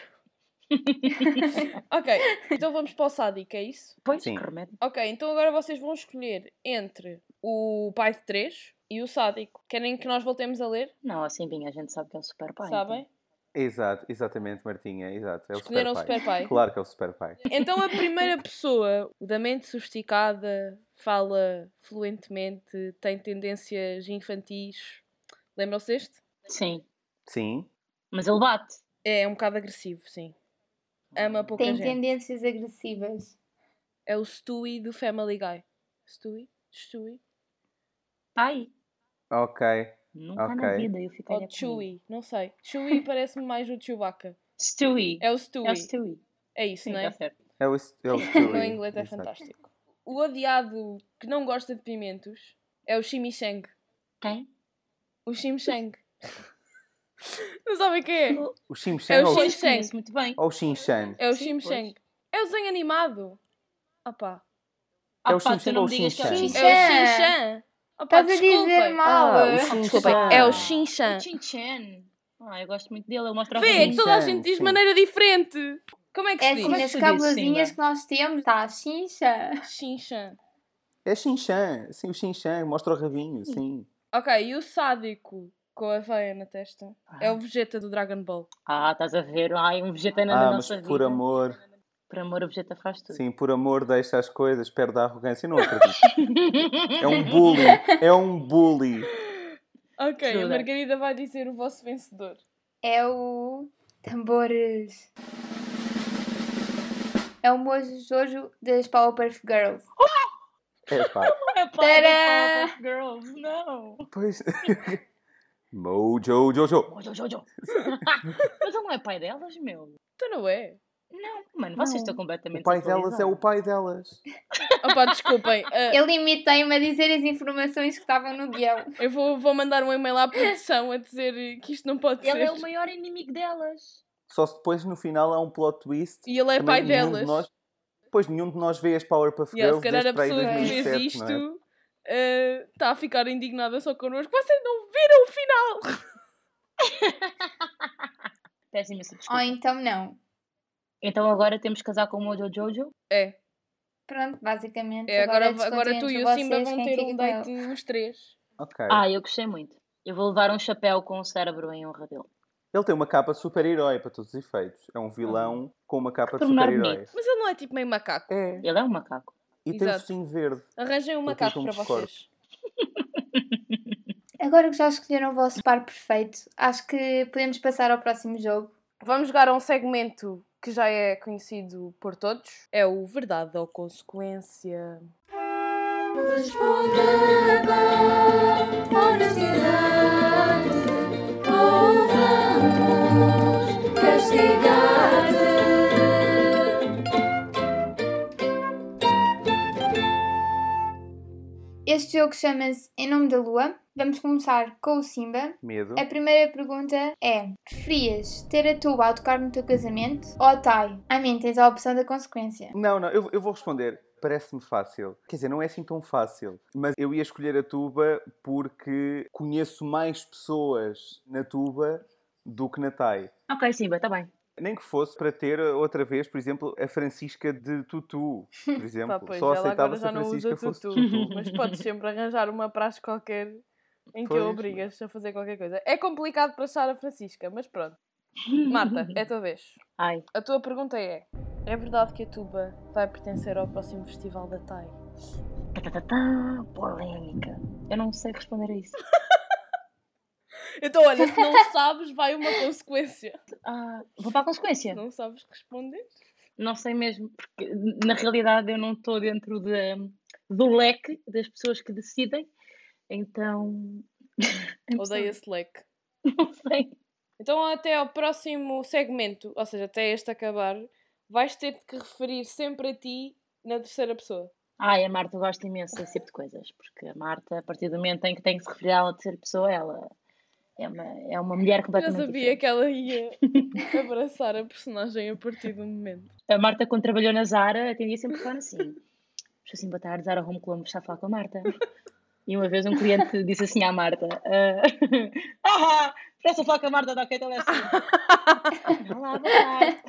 [SPEAKER 1] ok, então vamos para o sádico, é isso?
[SPEAKER 4] Pois,
[SPEAKER 3] Sim.
[SPEAKER 4] que remédio.
[SPEAKER 1] Ok, então agora vocês vão escolher entre o pai de três e o sádico. Querem que nós voltemos a ler?
[SPEAKER 4] Não, assim, bem, a gente sabe que é um super pai.
[SPEAKER 1] Sabem?
[SPEAKER 3] Exato, exatamente, Martinha, exato. então. É o
[SPEAKER 1] Escolheram
[SPEAKER 3] super pai.
[SPEAKER 1] o super pai.
[SPEAKER 3] Claro que é o super pai.
[SPEAKER 1] Então a primeira pessoa, o da mente sofisticada, fala fluentemente, tem tendências infantis. Lembram-se deste?
[SPEAKER 4] Sim,
[SPEAKER 3] Sim.
[SPEAKER 4] mas ele bate.
[SPEAKER 1] É um bocado agressivo, sim. Ama pouca
[SPEAKER 2] Tem
[SPEAKER 1] gente.
[SPEAKER 2] tendências agressivas.
[SPEAKER 1] É o Stewie do Family Guy. Stewie? Stewie?
[SPEAKER 4] Ai,
[SPEAKER 3] Ok. É
[SPEAKER 4] nunca na
[SPEAKER 3] Ok.
[SPEAKER 4] vida eu fiquei
[SPEAKER 1] Ou Chewie? Não sei. Chewie parece-me mais o Chewbacca.
[SPEAKER 4] Stewie.
[SPEAKER 1] É o
[SPEAKER 4] É o
[SPEAKER 1] Stewie.
[SPEAKER 4] Stewie.
[SPEAKER 1] É isso,
[SPEAKER 4] Sim,
[SPEAKER 1] não
[SPEAKER 4] está
[SPEAKER 1] é?
[SPEAKER 4] certo.
[SPEAKER 3] É o, é
[SPEAKER 1] [LAUGHS]
[SPEAKER 3] o
[SPEAKER 1] O
[SPEAKER 3] Stewie.
[SPEAKER 1] meu inglês é
[SPEAKER 3] exato.
[SPEAKER 1] fantástico. O odiado que não gosta de pimentos é o Chimichang.
[SPEAKER 4] Quem?
[SPEAKER 1] O Chimichang. Não sabem quem é?
[SPEAKER 3] O Shim Shan
[SPEAKER 1] o Shim-
[SPEAKER 3] ou,
[SPEAKER 4] Pois, conheço muito bem.
[SPEAKER 3] ou o Shin Shan?
[SPEAKER 1] É o
[SPEAKER 4] Sim, pois.
[SPEAKER 1] Shimshang. É o desenho animado. Opá.
[SPEAKER 3] É
[SPEAKER 4] Ah,
[SPEAKER 3] o
[SPEAKER 4] pá,
[SPEAKER 3] Shin
[SPEAKER 4] tu
[SPEAKER 3] Chan
[SPEAKER 4] não
[SPEAKER 3] ou
[SPEAKER 4] me
[SPEAKER 3] o
[SPEAKER 4] digas que é o
[SPEAKER 3] Shin
[SPEAKER 2] Chan?
[SPEAKER 1] É
[SPEAKER 4] Shin Chan.
[SPEAKER 1] o Shinshan. Opá,
[SPEAKER 2] Estás a dizer
[SPEAKER 1] desculpem.
[SPEAKER 2] mal.
[SPEAKER 3] Ah, o
[SPEAKER 2] ah.
[SPEAKER 3] Shin
[SPEAKER 1] Desculpem,
[SPEAKER 3] Chan. É
[SPEAKER 1] é o Shinshan.
[SPEAKER 4] Chin Chan. Ah, eu gosto muito dele, ele mostra
[SPEAKER 1] Vê, é
[SPEAKER 4] o
[SPEAKER 1] que
[SPEAKER 4] rosto.
[SPEAKER 1] toda a
[SPEAKER 3] Shinshan,
[SPEAKER 1] gente diz de
[SPEAKER 3] sim.
[SPEAKER 1] maneira diferente. Como é que
[SPEAKER 2] É
[SPEAKER 1] se
[SPEAKER 2] assim,
[SPEAKER 1] diz?
[SPEAKER 4] Como é que
[SPEAKER 2] nas
[SPEAKER 4] se diz,
[SPEAKER 2] cabulazinhas
[SPEAKER 4] Simba?
[SPEAKER 2] que nós temos, está a chincha.
[SPEAKER 1] Shinshan.
[SPEAKER 3] É Shin Shan. Sim, o Shin Shan. Mostra o rabinho, sim.
[SPEAKER 1] Ok, e o sádico com a veia na
[SPEAKER 3] Ah.
[SPEAKER 1] testa? É o Vegeta do Dragon Ball.
[SPEAKER 4] Ah, estás a ver? Ai, um vegetariano
[SPEAKER 1] é
[SPEAKER 3] Ah,
[SPEAKER 4] na
[SPEAKER 3] mas
[SPEAKER 4] nossa vida.
[SPEAKER 3] por amor.
[SPEAKER 4] Por amor, o Vegeta faz tudo. [LAUGHS]
[SPEAKER 3] Sim, por amor deixa as coisas, perde a arrogância. Eu não acredito. É
[SPEAKER 1] [LAUGHS]
[SPEAKER 3] um bully. É um bully.
[SPEAKER 1] Ok, a
[SPEAKER 4] Jura.
[SPEAKER 1] Margarida vai dizer o vosso vencedor.
[SPEAKER 2] É o Tambores. É o Mojo Jojo das Powerpuff Girls.
[SPEAKER 3] Epá,
[SPEAKER 4] É
[SPEAKER 2] Tadã!
[SPEAKER 4] para Girls, não!
[SPEAKER 3] pois... [LAUGHS] Mojo Jojo.
[SPEAKER 4] Oh, jo, jo, jo. [LAUGHS] Mas ele não é pai delas, meu.
[SPEAKER 1] Tu não é?
[SPEAKER 4] Não, mano, vocês estão completamente.
[SPEAKER 3] O pai delas é o pai delas.
[SPEAKER 1] Opa,
[SPEAKER 4] [LAUGHS]
[SPEAKER 1] desculpem. ah,
[SPEAKER 2] Ele imitei-me a dizer as informações que estavam no guião.
[SPEAKER 1] [LAUGHS] eu vou, vou mandar um e-mail à produção a dizer eh, que isto não pode ser.
[SPEAKER 4] Ele é o maior inimigo delas.
[SPEAKER 3] Só se depois no final há um plot twist.
[SPEAKER 1] E ele é
[SPEAKER 3] Também
[SPEAKER 1] pai
[SPEAKER 3] nenhum de
[SPEAKER 1] delas.
[SPEAKER 3] nós- Pois nenhum de nós vê as Powerpuff
[SPEAKER 1] Yeah, se
[SPEAKER 3] Girls
[SPEAKER 1] calhar
[SPEAKER 3] desde
[SPEAKER 1] a
[SPEAKER 3] para aí
[SPEAKER 1] pessoa que fez
[SPEAKER 3] 2007, não é?
[SPEAKER 1] isto eh, está a ficar indignada só connosco. Vocês não viram o final!
[SPEAKER 4] Peço imensa desculpa.
[SPEAKER 2] Ou então não.
[SPEAKER 4] Então agora temos que casar com o Mojo Jojo.
[SPEAKER 1] É,
[SPEAKER 2] Pronto, basicamente.
[SPEAKER 1] é agora,
[SPEAKER 2] agora,
[SPEAKER 1] agora, tu e o Simba vão ter um date os três.
[SPEAKER 3] Ok.
[SPEAKER 4] Ah, eu gostei muito. Eu vou levar um chapéu com um cérebro em honra dele.
[SPEAKER 3] Ele tem uma capa de super-herói para todos os efeitos. É um
[SPEAKER 1] Uhum.
[SPEAKER 3] vilão com uma capa de
[SPEAKER 4] pormenor
[SPEAKER 3] super-herói.
[SPEAKER 4] bonito.
[SPEAKER 1] Mas ele não é tipo meio macaco.
[SPEAKER 3] É.
[SPEAKER 4] Ele é um macaco.
[SPEAKER 3] E tem o
[SPEAKER 1] Exato.
[SPEAKER 3] focinho verde.
[SPEAKER 1] Arranjem um
[SPEAKER 3] Eu
[SPEAKER 1] macaco para
[SPEAKER 3] tenho um discordo.
[SPEAKER 1] vocês.
[SPEAKER 2] Agora que já escolheram o vosso par perfeito, acho que podemos passar ao próximo jogo.
[SPEAKER 1] Vamos jogar a um segmento que já é conhecido por todos. É o Verdade ou Consequência.
[SPEAKER 6] Responde agora, honestidade, ou vamos castigar-te.
[SPEAKER 2] Este jogo chama-se Em Nome da Lua. Vamos começar com o Simba.
[SPEAKER 3] Medo.
[SPEAKER 2] A primeira pergunta é: preferias ter a tuba a tocar no teu casamento ou a Thai? A mim, tens a opção da consequência.
[SPEAKER 3] Não, não, eu, eu vou responder. Parece-me fácil. Quer dizer, não é assim tão fácil. Mas eu ia escolher a tuba porque conheço mais pessoas na tuba do que na TAI.
[SPEAKER 4] Ok, Simba, está bem.
[SPEAKER 3] Nem que fosse para ter outra vez, por exemplo, a Francisca de Tutu.
[SPEAKER 1] [LAUGHS]
[SPEAKER 3] Por exemplo,
[SPEAKER 1] Pá, pois,
[SPEAKER 3] só
[SPEAKER 1] ela agora
[SPEAKER 3] aceitava se
[SPEAKER 1] já
[SPEAKER 3] a
[SPEAKER 1] não
[SPEAKER 3] Francisca
[SPEAKER 1] usa
[SPEAKER 3] fosse
[SPEAKER 1] tutu, [LAUGHS]
[SPEAKER 3] Tutu.
[SPEAKER 1] mas podes sempre arranjar uma praxe qualquer em que
[SPEAKER 3] Pois.
[SPEAKER 1] a obrigas a fazer qualquer coisa. É complicado para achar a Francisca, mas pronto. Marta, é a tua vez.
[SPEAKER 4] Ai,
[SPEAKER 1] A tua pergunta é: é verdade que a tuba vai pertencer ao próximo festival da TAI?
[SPEAKER 4] tá, Tatatá, polémica. Eu não sei responder a isso.
[SPEAKER 1] Então, olha, se [LAUGHS] não sabes, vai uma consequência.
[SPEAKER 4] Ah, vou para a
[SPEAKER 1] Se
[SPEAKER 4] consequência.
[SPEAKER 1] não sabes responder,
[SPEAKER 4] Não sei mesmo, porque na realidade eu não estou dentro da- do leque das pessoas que decidem. Então. [LAUGHS] eu não
[SPEAKER 1] odeia
[SPEAKER 4] sei.
[SPEAKER 1] esse leque.
[SPEAKER 4] Não sei.
[SPEAKER 1] Então, até ao próximo segmento, ou seja, até este acabar, vais ter de que referir sempre a ti na terceira pessoa.
[SPEAKER 4] Ai, a Marta gosta imenso desse tipo de coisas, porque a Marta, a partir do momento em que tem que se referir a ela de ser pessoa, ela é uma, é uma mulher
[SPEAKER 1] Já
[SPEAKER 4] completamente.
[SPEAKER 1] sabia
[SPEAKER 4] diferente.
[SPEAKER 1] que é. ela [LAUGHS] ia abraçar a personagem a partir do momento.
[SPEAKER 4] A Marta, quando trabalhou na Zara, atendia sempre a falar assim. Estou assim, boa tarde, Zara Home Colombo, está a falar com a Marta. E uma vez um cliente disse assim à Marta: ah, [LAUGHS] Ah, estás a falar com a Marta da Ok Telecine. Olá, boa tarde.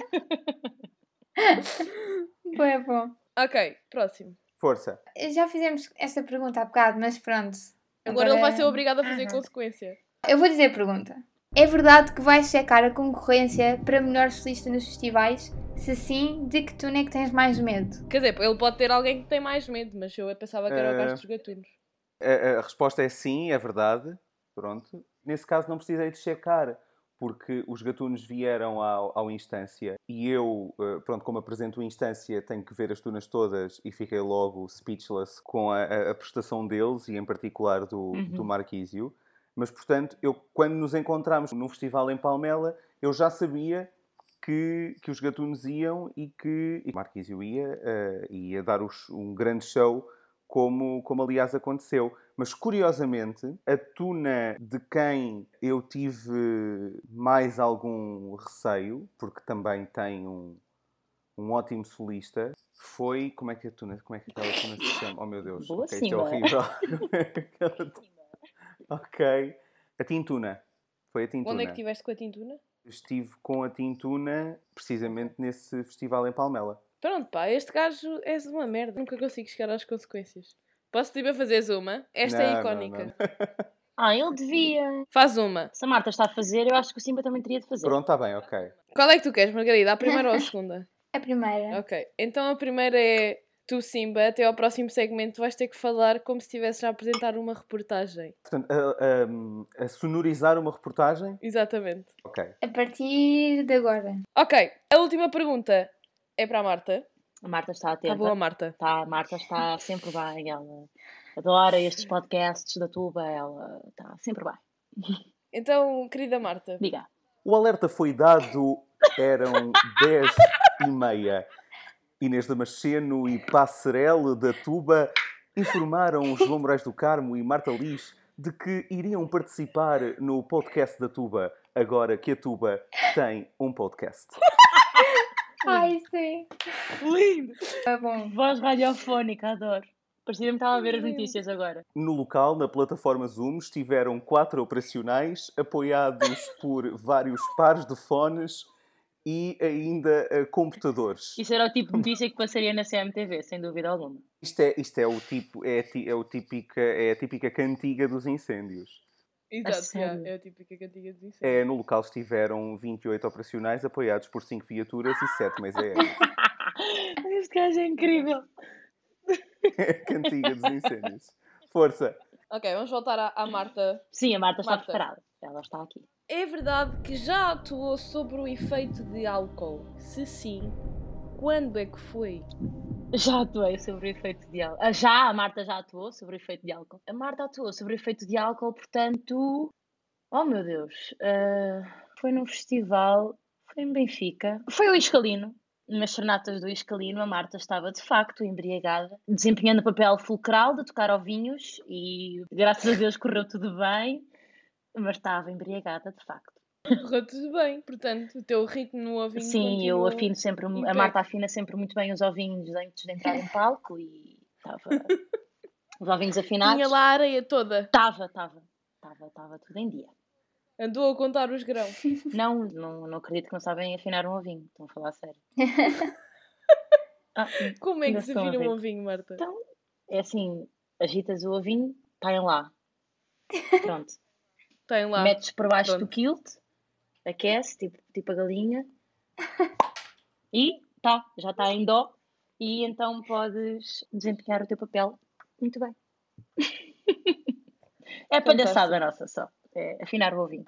[SPEAKER 2] Boa, bom.
[SPEAKER 1] Ok, próximo.
[SPEAKER 3] Força.
[SPEAKER 2] Já fizemos esta pergunta há bocado, mas pronto.
[SPEAKER 1] Agora é- ele vai ser obrigado a fazer
[SPEAKER 4] Aham.
[SPEAKER 1] consequência.
[SPEAKER 2] Eu vou dizer a pergunta. É verdade que vais checar a concorrência para melhor solista nos festivais? Se sim, de que tune é que tens mais medo?
[SPEAKER 1] Quer dizer, ele pode ter alguém que tem mais medo, mas eu pensava que era o
[SPEAKER 3] Eh,
[SPEAKER 1] gajo dos gatunos.
[SPEAKER 3] A, a resposta é sim, é verdade. Pronto. Nesse caso não precisei de checar, porque os gatunos vieram ao, ao Instância e eu, eh, pronto, como apresento o Instância, tenho que ver as tunas todas e fiquei logo speechless com a, a- a prestação deles e em particular do,
[SPEAKER 4] Uhum.
[SPEAKER 3] do Marquísio. Mas, portanto, eu, quando nos encontramos num festival em Palmela, eu já sabia que, que os gatunos iam e que e o Marquísio ia, eh, ia dar os- um grande show, como, como aliás aconteceu. Mas curiosamente, a tuna de quem eu tive mais algum receio, porque também tem um, um ótimo solista, foi. Como é que a tuna, como é que aquela tuna se chama? Oh meu Deus,
[SPEAKER 4] Boa
[SPEAKER 3] ok, isto é
[SPEAKER 4] Simba.
[SPEAKER 3] horrível. Como é que
[SPEAKER 1] [LAUGHS]
[SPEAKER 3] aquela tu- ok. A Tintuna. Foi a Tintuna.
[SPEAKER 1] Onde é que estiveste com a tintuna?
[SPEAKER 3] Estive com a Tintuna precisamente nesse festival em Palmela.
[SPEAKER 1] Pronto, pá, este gajo é uma merda. Nunca consigo chegar às consequências. Posso tipo a fazeres uma? Esta
[SPEAKER 3] Não,
[SPEAKER 1] é
[SPEAKER 3] não,
[SPEAKER 1] icónica.
[SPEAKER 3] não.
[SPEAKER 4] Ah, ele devia.
[SPEAKER 1] [LAUGHS] Faz uma.
[SPEAKER 4] Se a
[SPEAKER 1] é.
[SPEAKER 4] Marta está a fazer, eu acho que o Simba também teria de fazer.
[SPEAKER 3] Pronto, está bem, ok.
[SPEAKER 1] Qual é que tu queres, Margarida? A primeira ou a segunda?
[SPEAKER 2] A primeira.
[SPEAKER 1] Ok, então a primeira é tu, Simba, até ao próximo segmento vais ter que falar como se estivesses a apresentar uma reportagem.
[SPEAKER 3] Portanto, a, a- a sonorizar uma reportagem?
[SPEAKER 1] Exatamente.
[SPEAKER 3] Ok.
[SPEAKER 2] A partir de agora.
[SPEAKER 1] Ok, a última pergunta é para a Marta.
[SPEAKER 4] A Marta está atenta.
[SPEAKER 1] Está boa, Marta.
[SPEAKER 4] Tá, a Marta está sempre bem, ela adora estes podcasts da Tuba, ela está sempre bem.
[SPEAKER 1] Então, querida Marta,
[SPEAKER 4] Diga.
[SPEAKER 3] O alerta foi dado, eram 10 e meia. Inês Damasceno e Passerelle da Tuba informaram João Moraes do Carmo e Marta Lis de que iriam participar no podcast da Tuba, agora que a Tuba tem um podcast.
[SPEAKER 2] Ai, sim.
[SPEAKER 4] Lindo!
[SPEAKER 2] Tá bom.
[SPEAKER 4] Voz radiofónica, adoro. Parecia-me que estava a ver as notícias agora.
[SPEAKER 3] No local, na plataforma Zoom, estiveram quatro operacionais, apoiados por vários pares de fones e ainda eh, computadores.
[SPEAKER 4] Isso era o tipo de notícia que passaria na CMTV, sem dúvida alguma.
[SPEAKER 3] Isto é, isto é o tipo, é, ti- é o típica, é a típica cantiga dos incêndios.
[SPEAKER 1] exato, já,
[SPEAKER 4] sério?
[SPEAKER 1] é a típica cantiga de incêndio.
[SPEAKER 3] É, no local estiveram 28 operacionais apoiados por 5 viaturas e 7 meias aéreas.
[SPEAKER 4] [LAUGHS] Este gajo é incrível.
[SPEAKER 3] [LAUGHS] É a cantiga dos incêndios. Força!
[SPEAKER 1] Ok, vamos voltar à, à Marta.
[SPEAKER 4] Sim, a Marta está
[SPEAKER 1] Marta.
[SPEAKER 4] preparada. Ela está aqui.
[SPEAKER 1] É verdade que já atuou sobre o efeito de álcool? Se sim, quando é que foi?
[SPEAKER 4] Já atuei sobre o efeito de álcool. Ah, Já, a Marta já atuou sobre o efeito de álcool. A Marta atuou sobre o efeito de álcool, portanto. Oh meu Deus! ah, foi num festival, foi em Benfica. Foi o Iscalino. Nas sonatas do Iscalino, a Marta estava de facto embriagada, desempenhando o papel fulcral de tocar ovinhos e graças a Deus correu tudo bem, mas estava embriagada de facto.
[SPEAKER 1] Correu tudo bem, portanto, o teu ritmo no ovinho
[SPEAKER 4] Sim, eu
[SPEAKER 1] continuou.
[SPEAKER 4] afino sempre, mu- a
[SPEAKER 1] impec.
[SPEAKER 4] Marta afina sempre muito bem os ovinhos antes de entrar em palco e
[SPEAKER 1] [LAUGHS]
[SPEAKER 4] estava. Os ovinhos
[SPEAKER 1] Tinha
[SPEAKER 4] afinados.
[SPEAKER 1] lá a areia toda.
[SPEAKER 4] Estava, estava. Estava, estava tudo em dia.
[SPEAKER 1] Andou a contar os grãos.
[SPEAKER 4] Não, não, não acredito que não sabem afinar um ovinho, estão a falar a
[SPEAKER 1] [LAUGHS]
[SPEAKER 4] sério. Ah,
[SPEAKER 1] Como é que
[SPEAKER 4] Ainda
[SPEAKER 1] se
[SPEAKER 4] estou a
[SPEAKER 1] vira um
[SPEAKER 4] ver.
[SPEAKER 1] ovinho, Marta?
[SPEAKER 4] Então- é assim, agitas o ovinho,
[SPEAKER 1] [LAUGHS]
[SPEAKER 4] caem lá. Pronto.
[SPEAKER 1] Tem lá.
[SPEAKER 4] Metes por baixo do
[SPEAKER 1] pronto.
[SPEAKER 4] kilt, aquece, tipo, tipo
[SPEAKER 1] [LAUGHS]
[SPEAKER 4] a galinha. e tá, já está em dó. E então podes desempenhar o teu papel muito bem. [LAUGHS] é palhaçada nossa só. É afinar o ovinho.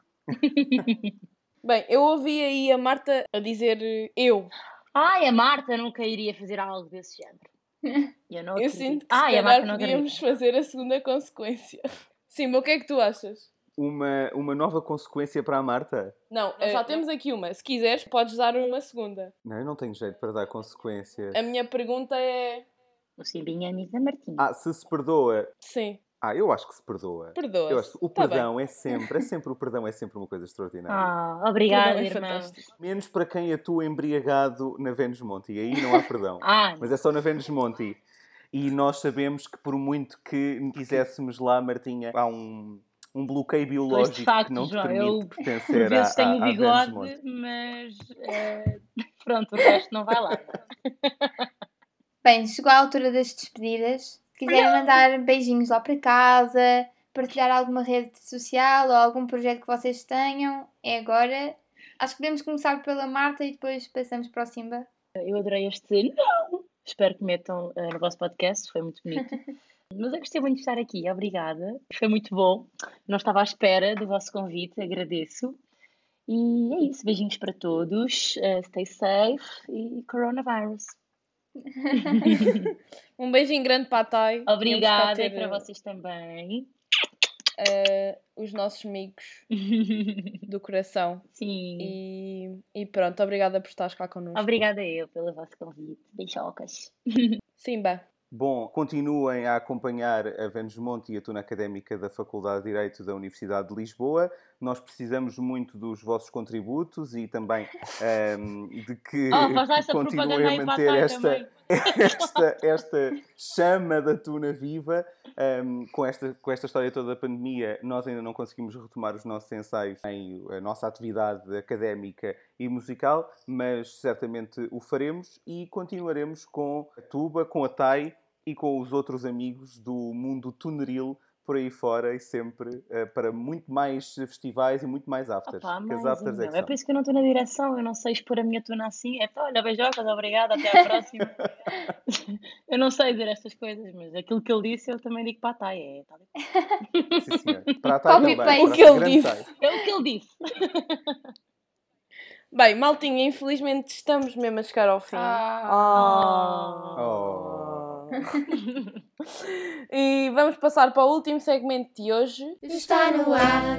[SPEAKER 1] Bem, eu ouvi aí a Marta a dizer eh, eu.
[SPEAKER 4] Ai, a Marta nunca iria fazer algo desse género.
[SPEAKER 1] [LAUGHS]
[SPEAKER 4] Eu não
[SPEAKER 1] Eu
[SPEAKER 4] acredito.
[SPEAKER 1] sinto que
[SPEAKER 4] Ai,
[SPEAKER 1] se
[SPEAKER 4] Ah, a Marta
[SPEAKER 1] calhar
[SPEAKER 4] não
[SPEAKER 1] podíamos
[SPEAKER 4] acredita.
[SPEAKER 1] fazer a segunda consequência. [LAUGHS] Sim, mas o que é que tu achas?
[SPEAKER 3] Uma, uma nova consequência para a Marta?
[SPEAKER 1] Não, nós já temos aqui uma. Se quiseres, podes dar uma segunda.
[SPEAKER 3] Não, eu não tenho jeito para dar consequência.
[SPEAKER 1] A minha pergunta é.
[SPEAKER 4] O Simbinha é amigo da Martinha.
[SPEAKER 3] Ah, se se perdoa.
[SPEAKER 1] Sim,
[SPEAKER 3] Ah, eu acho que se perdoa.
[SPEAKER 1] perdoa.
[SPEAKER 3] Eu acho que o
[SPEAKER 1] Tá bem.
[SPEAKER 3] perdão é sempre, é sempre o perdão é sempre uma coisa extraordinária.
[SPEAKER 4] Ah,
[SPEAKER 1] Perdão,
[SPEAKER 4] obrigada,
[SPEAKER 1] é
[SPEAKER 4] irmã.
[SPEAKER 1] fantástico.
[SPEAKER 3] Menos para quem atua embriagado na Vênus Monte, e aí não há perdão.
[SPEAKER 4] Ah,
[SPEAKER 3] Mas é só na Vênus Monti. E nós sabemos que por muito que quiséssemos lá, Martinha, há um, um bloqueio biológico
[SPEAKER 4] facto,
[SPEAKER 3] que não te
[SPEAKER 4] João,
[SPEAKER 3] permite
[SPEAKER 4] eu
[SPEAKER 3] pertencer
[SPEAKER 4] Por
[SPEAKER 3] à,
[SPEAKER 4] vezes
[SPEAKER 3] à,
[SPEAKER 4] tenho
[SPEAKER 3] à Vênus Monti.
[SPEAKER 4] bigode, mas eh, [LAUGHS] pronto, o resto não vai lá.
[SPEAKER 2] Bem, chegou a altura das despedidas. Se quiserem mandar beijinhos lá para casa, partilhar alguma rede social ou algum projeto que vocês tenham, é agora. Acho que podemos começar pela Marta e depois passamos para o Simba.
[SPEAKER 4] Eu adorei este não! Espero que metam eh, no vosso podcast, foi muito [LAUGHS] bonito. Mas eu gostei muito de estar aqui, obrigada. Foi muito bom. Não estava à espera do vosso convite, agradeço. E é isso, beijinhos para todos, eh, stay safe e coronavirus.
[SPEAKER 1] Um beijinho grande para a Thay. Viemos cá
[SPEAKER 4] Obrigada
[SPEAKER 1] ter,
[SPEAKER 4] e para
[SPEAKER 1] eh,
[SPEAKER 4] vocês também. [LAUGHS]
[SPEAKER 1] eh, os nossos amigos do coração.
[SPEAKER 4] [LAUGHS] Sim.
[SPEAKER 1] E, e pronto, obrigada por estares cá connosco.
[SPEAKER 4] Obrigada eu pelo vosso convite. Beijocas.
[SPEAKER 1] Simba.
[SPEAKER 3] Bom, continuem a acompanhar a Vênus Monte e a Tuna Académica da Faculdade de Direito da Universidade de Lisboa. Nós precisamos muito dos vossos contributos e também ehm, de que
[SPEAKER 4] Oh, faz lá essa propaganda
[SPEAKER 3] continuem
[SPEAKER 4] aí
[SPEAKER 3] a
[SPEAKER 4] para a
[SPEAKER 3] manter
[SPEAKER 4] Thay
[SPEAKER 3] esta,
[SPEAKER 4] também.
[SPEAKER 3] esta, esta chama da tuna viva. Um, com, esta, com esta história toda da pandemia, nós ainda não conseguimos retomar os nossos ensaios em eh, a nossa atividade académica e musical, mas certamente o faremos e continuaremos com a Tuba, com a TAI e com os outros amigos do mundo tuneril por aí fora e sempre eh, para muito mais festivais e muito mais afters.
[SPEAKER 4] Opa,
[SPEAKER 3] porque as
[SPEAKER 4] mais
[SPEAKER 3] afters
[SPEAKER 4] ainda.
[SPEAKER 3] é
[SPEAKER 4] é,
[SPEAKER 3] que são.
[SPEAKER 4] por isso que eu não estou na direção, eu não sei expor a minha tona assim. É pá, olha, beijocas, obrigada, até
[SPEAKER 3] [LAUGHS]
[SPEAKER 4] à próxima. eu não sei dizer estas coisas, mas aquilo que ele disse eu também digo para a Thay. É, tal e qual.
[SPEAKER 3] Sim, senhor. Para a Thay
[SPEAKER 2] Copy paste.
[SPEAKER 3] também, para
[SPEAKER 1] O que ele
[SPEAKER 3] a grande
[SPEAKER 1] disse.
[SPEAKER 3] Thay.
[SPEAKER 4] é o que ele disse.
[SPEAKER 1] Bem, maltinha, infelizmente estamos mesmo a chegar ao fim. Tá.
[SPEAKER 2] Ah,
[SPEAKER 1] Ah.
[SPEAKER 3] Oh.
[SPEAKER 1] [LAUGHS] E vamos passar para o último segmento de hoje.
[SPEAKER 5] Está no ar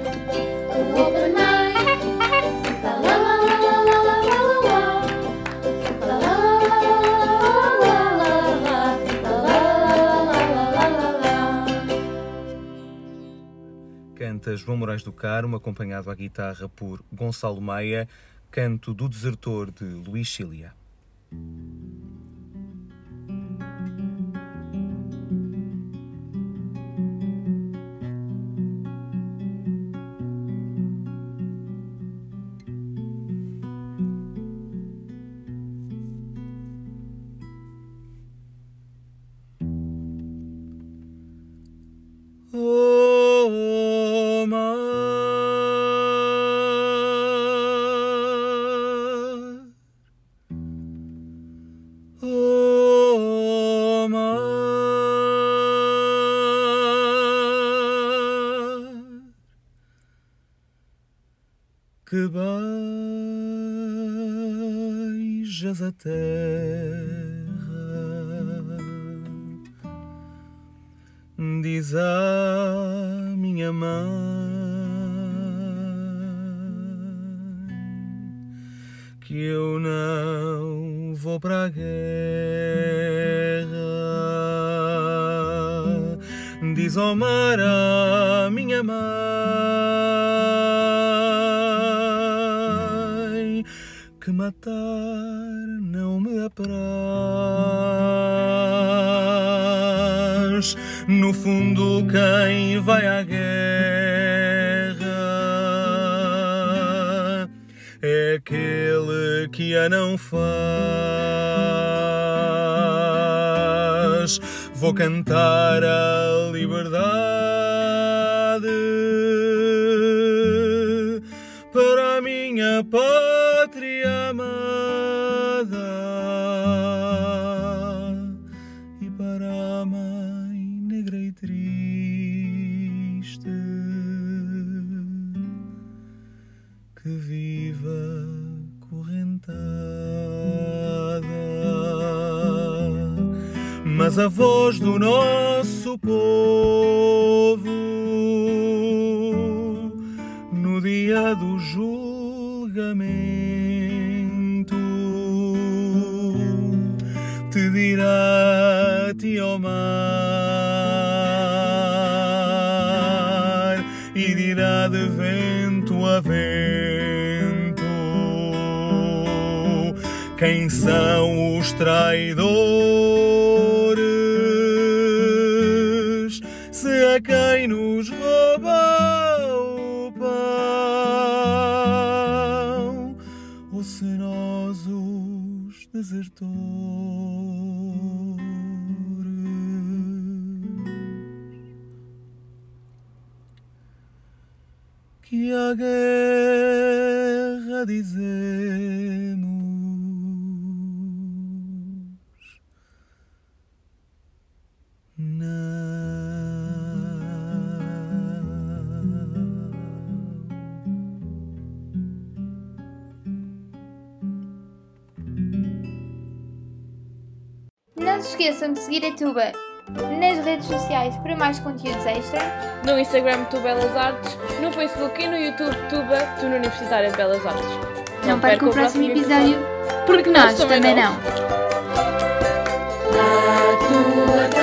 [SPEAKER 5] o Open Mic. Lá, lá, lá, lá, lá, lá, lá, lá, lá. Lá, lá, lá, lá, lá, lá, lá, lá. Lá, lá, lá, lá, lá, lá, lá, lá.
[SPEAKER 7] canta João Moraes do Carmo, acompanhado à guitarra por Gonçalo Maia, canto do desertor de Luís Cília. O mar, o mar, que beijas a terra diz a minha mãe que eu não vou para a guerra. Diz ao mar a minha mãe que matar não me apraz. No fundo, quem vai à guerra é aquele que a não faz. Vou cantar a liberdade para a minha pátria amada e para a mãe negra e triste que viva correntada, mas a voz do nosso povo no dia do julgamento te dirá te ao mar e dirá de vento a vento quem são os traidores se é quem nos rouba o pão ou se nós os desertores que a guerra dizemos não.
[SPEAKER 2] Não se esqueçam de seguir a Tuba nas redes sociais para mais conteúdos extra.
[SPEAKER 1] No Instagram Tu Belas Artes, no Facebook e no YouTube Tuba, Tu na Universitária de Belas Artes.
[SPEAKER 2] Não perca o próximo episódio, porque nós também não.
[SPEAKER 5] A tua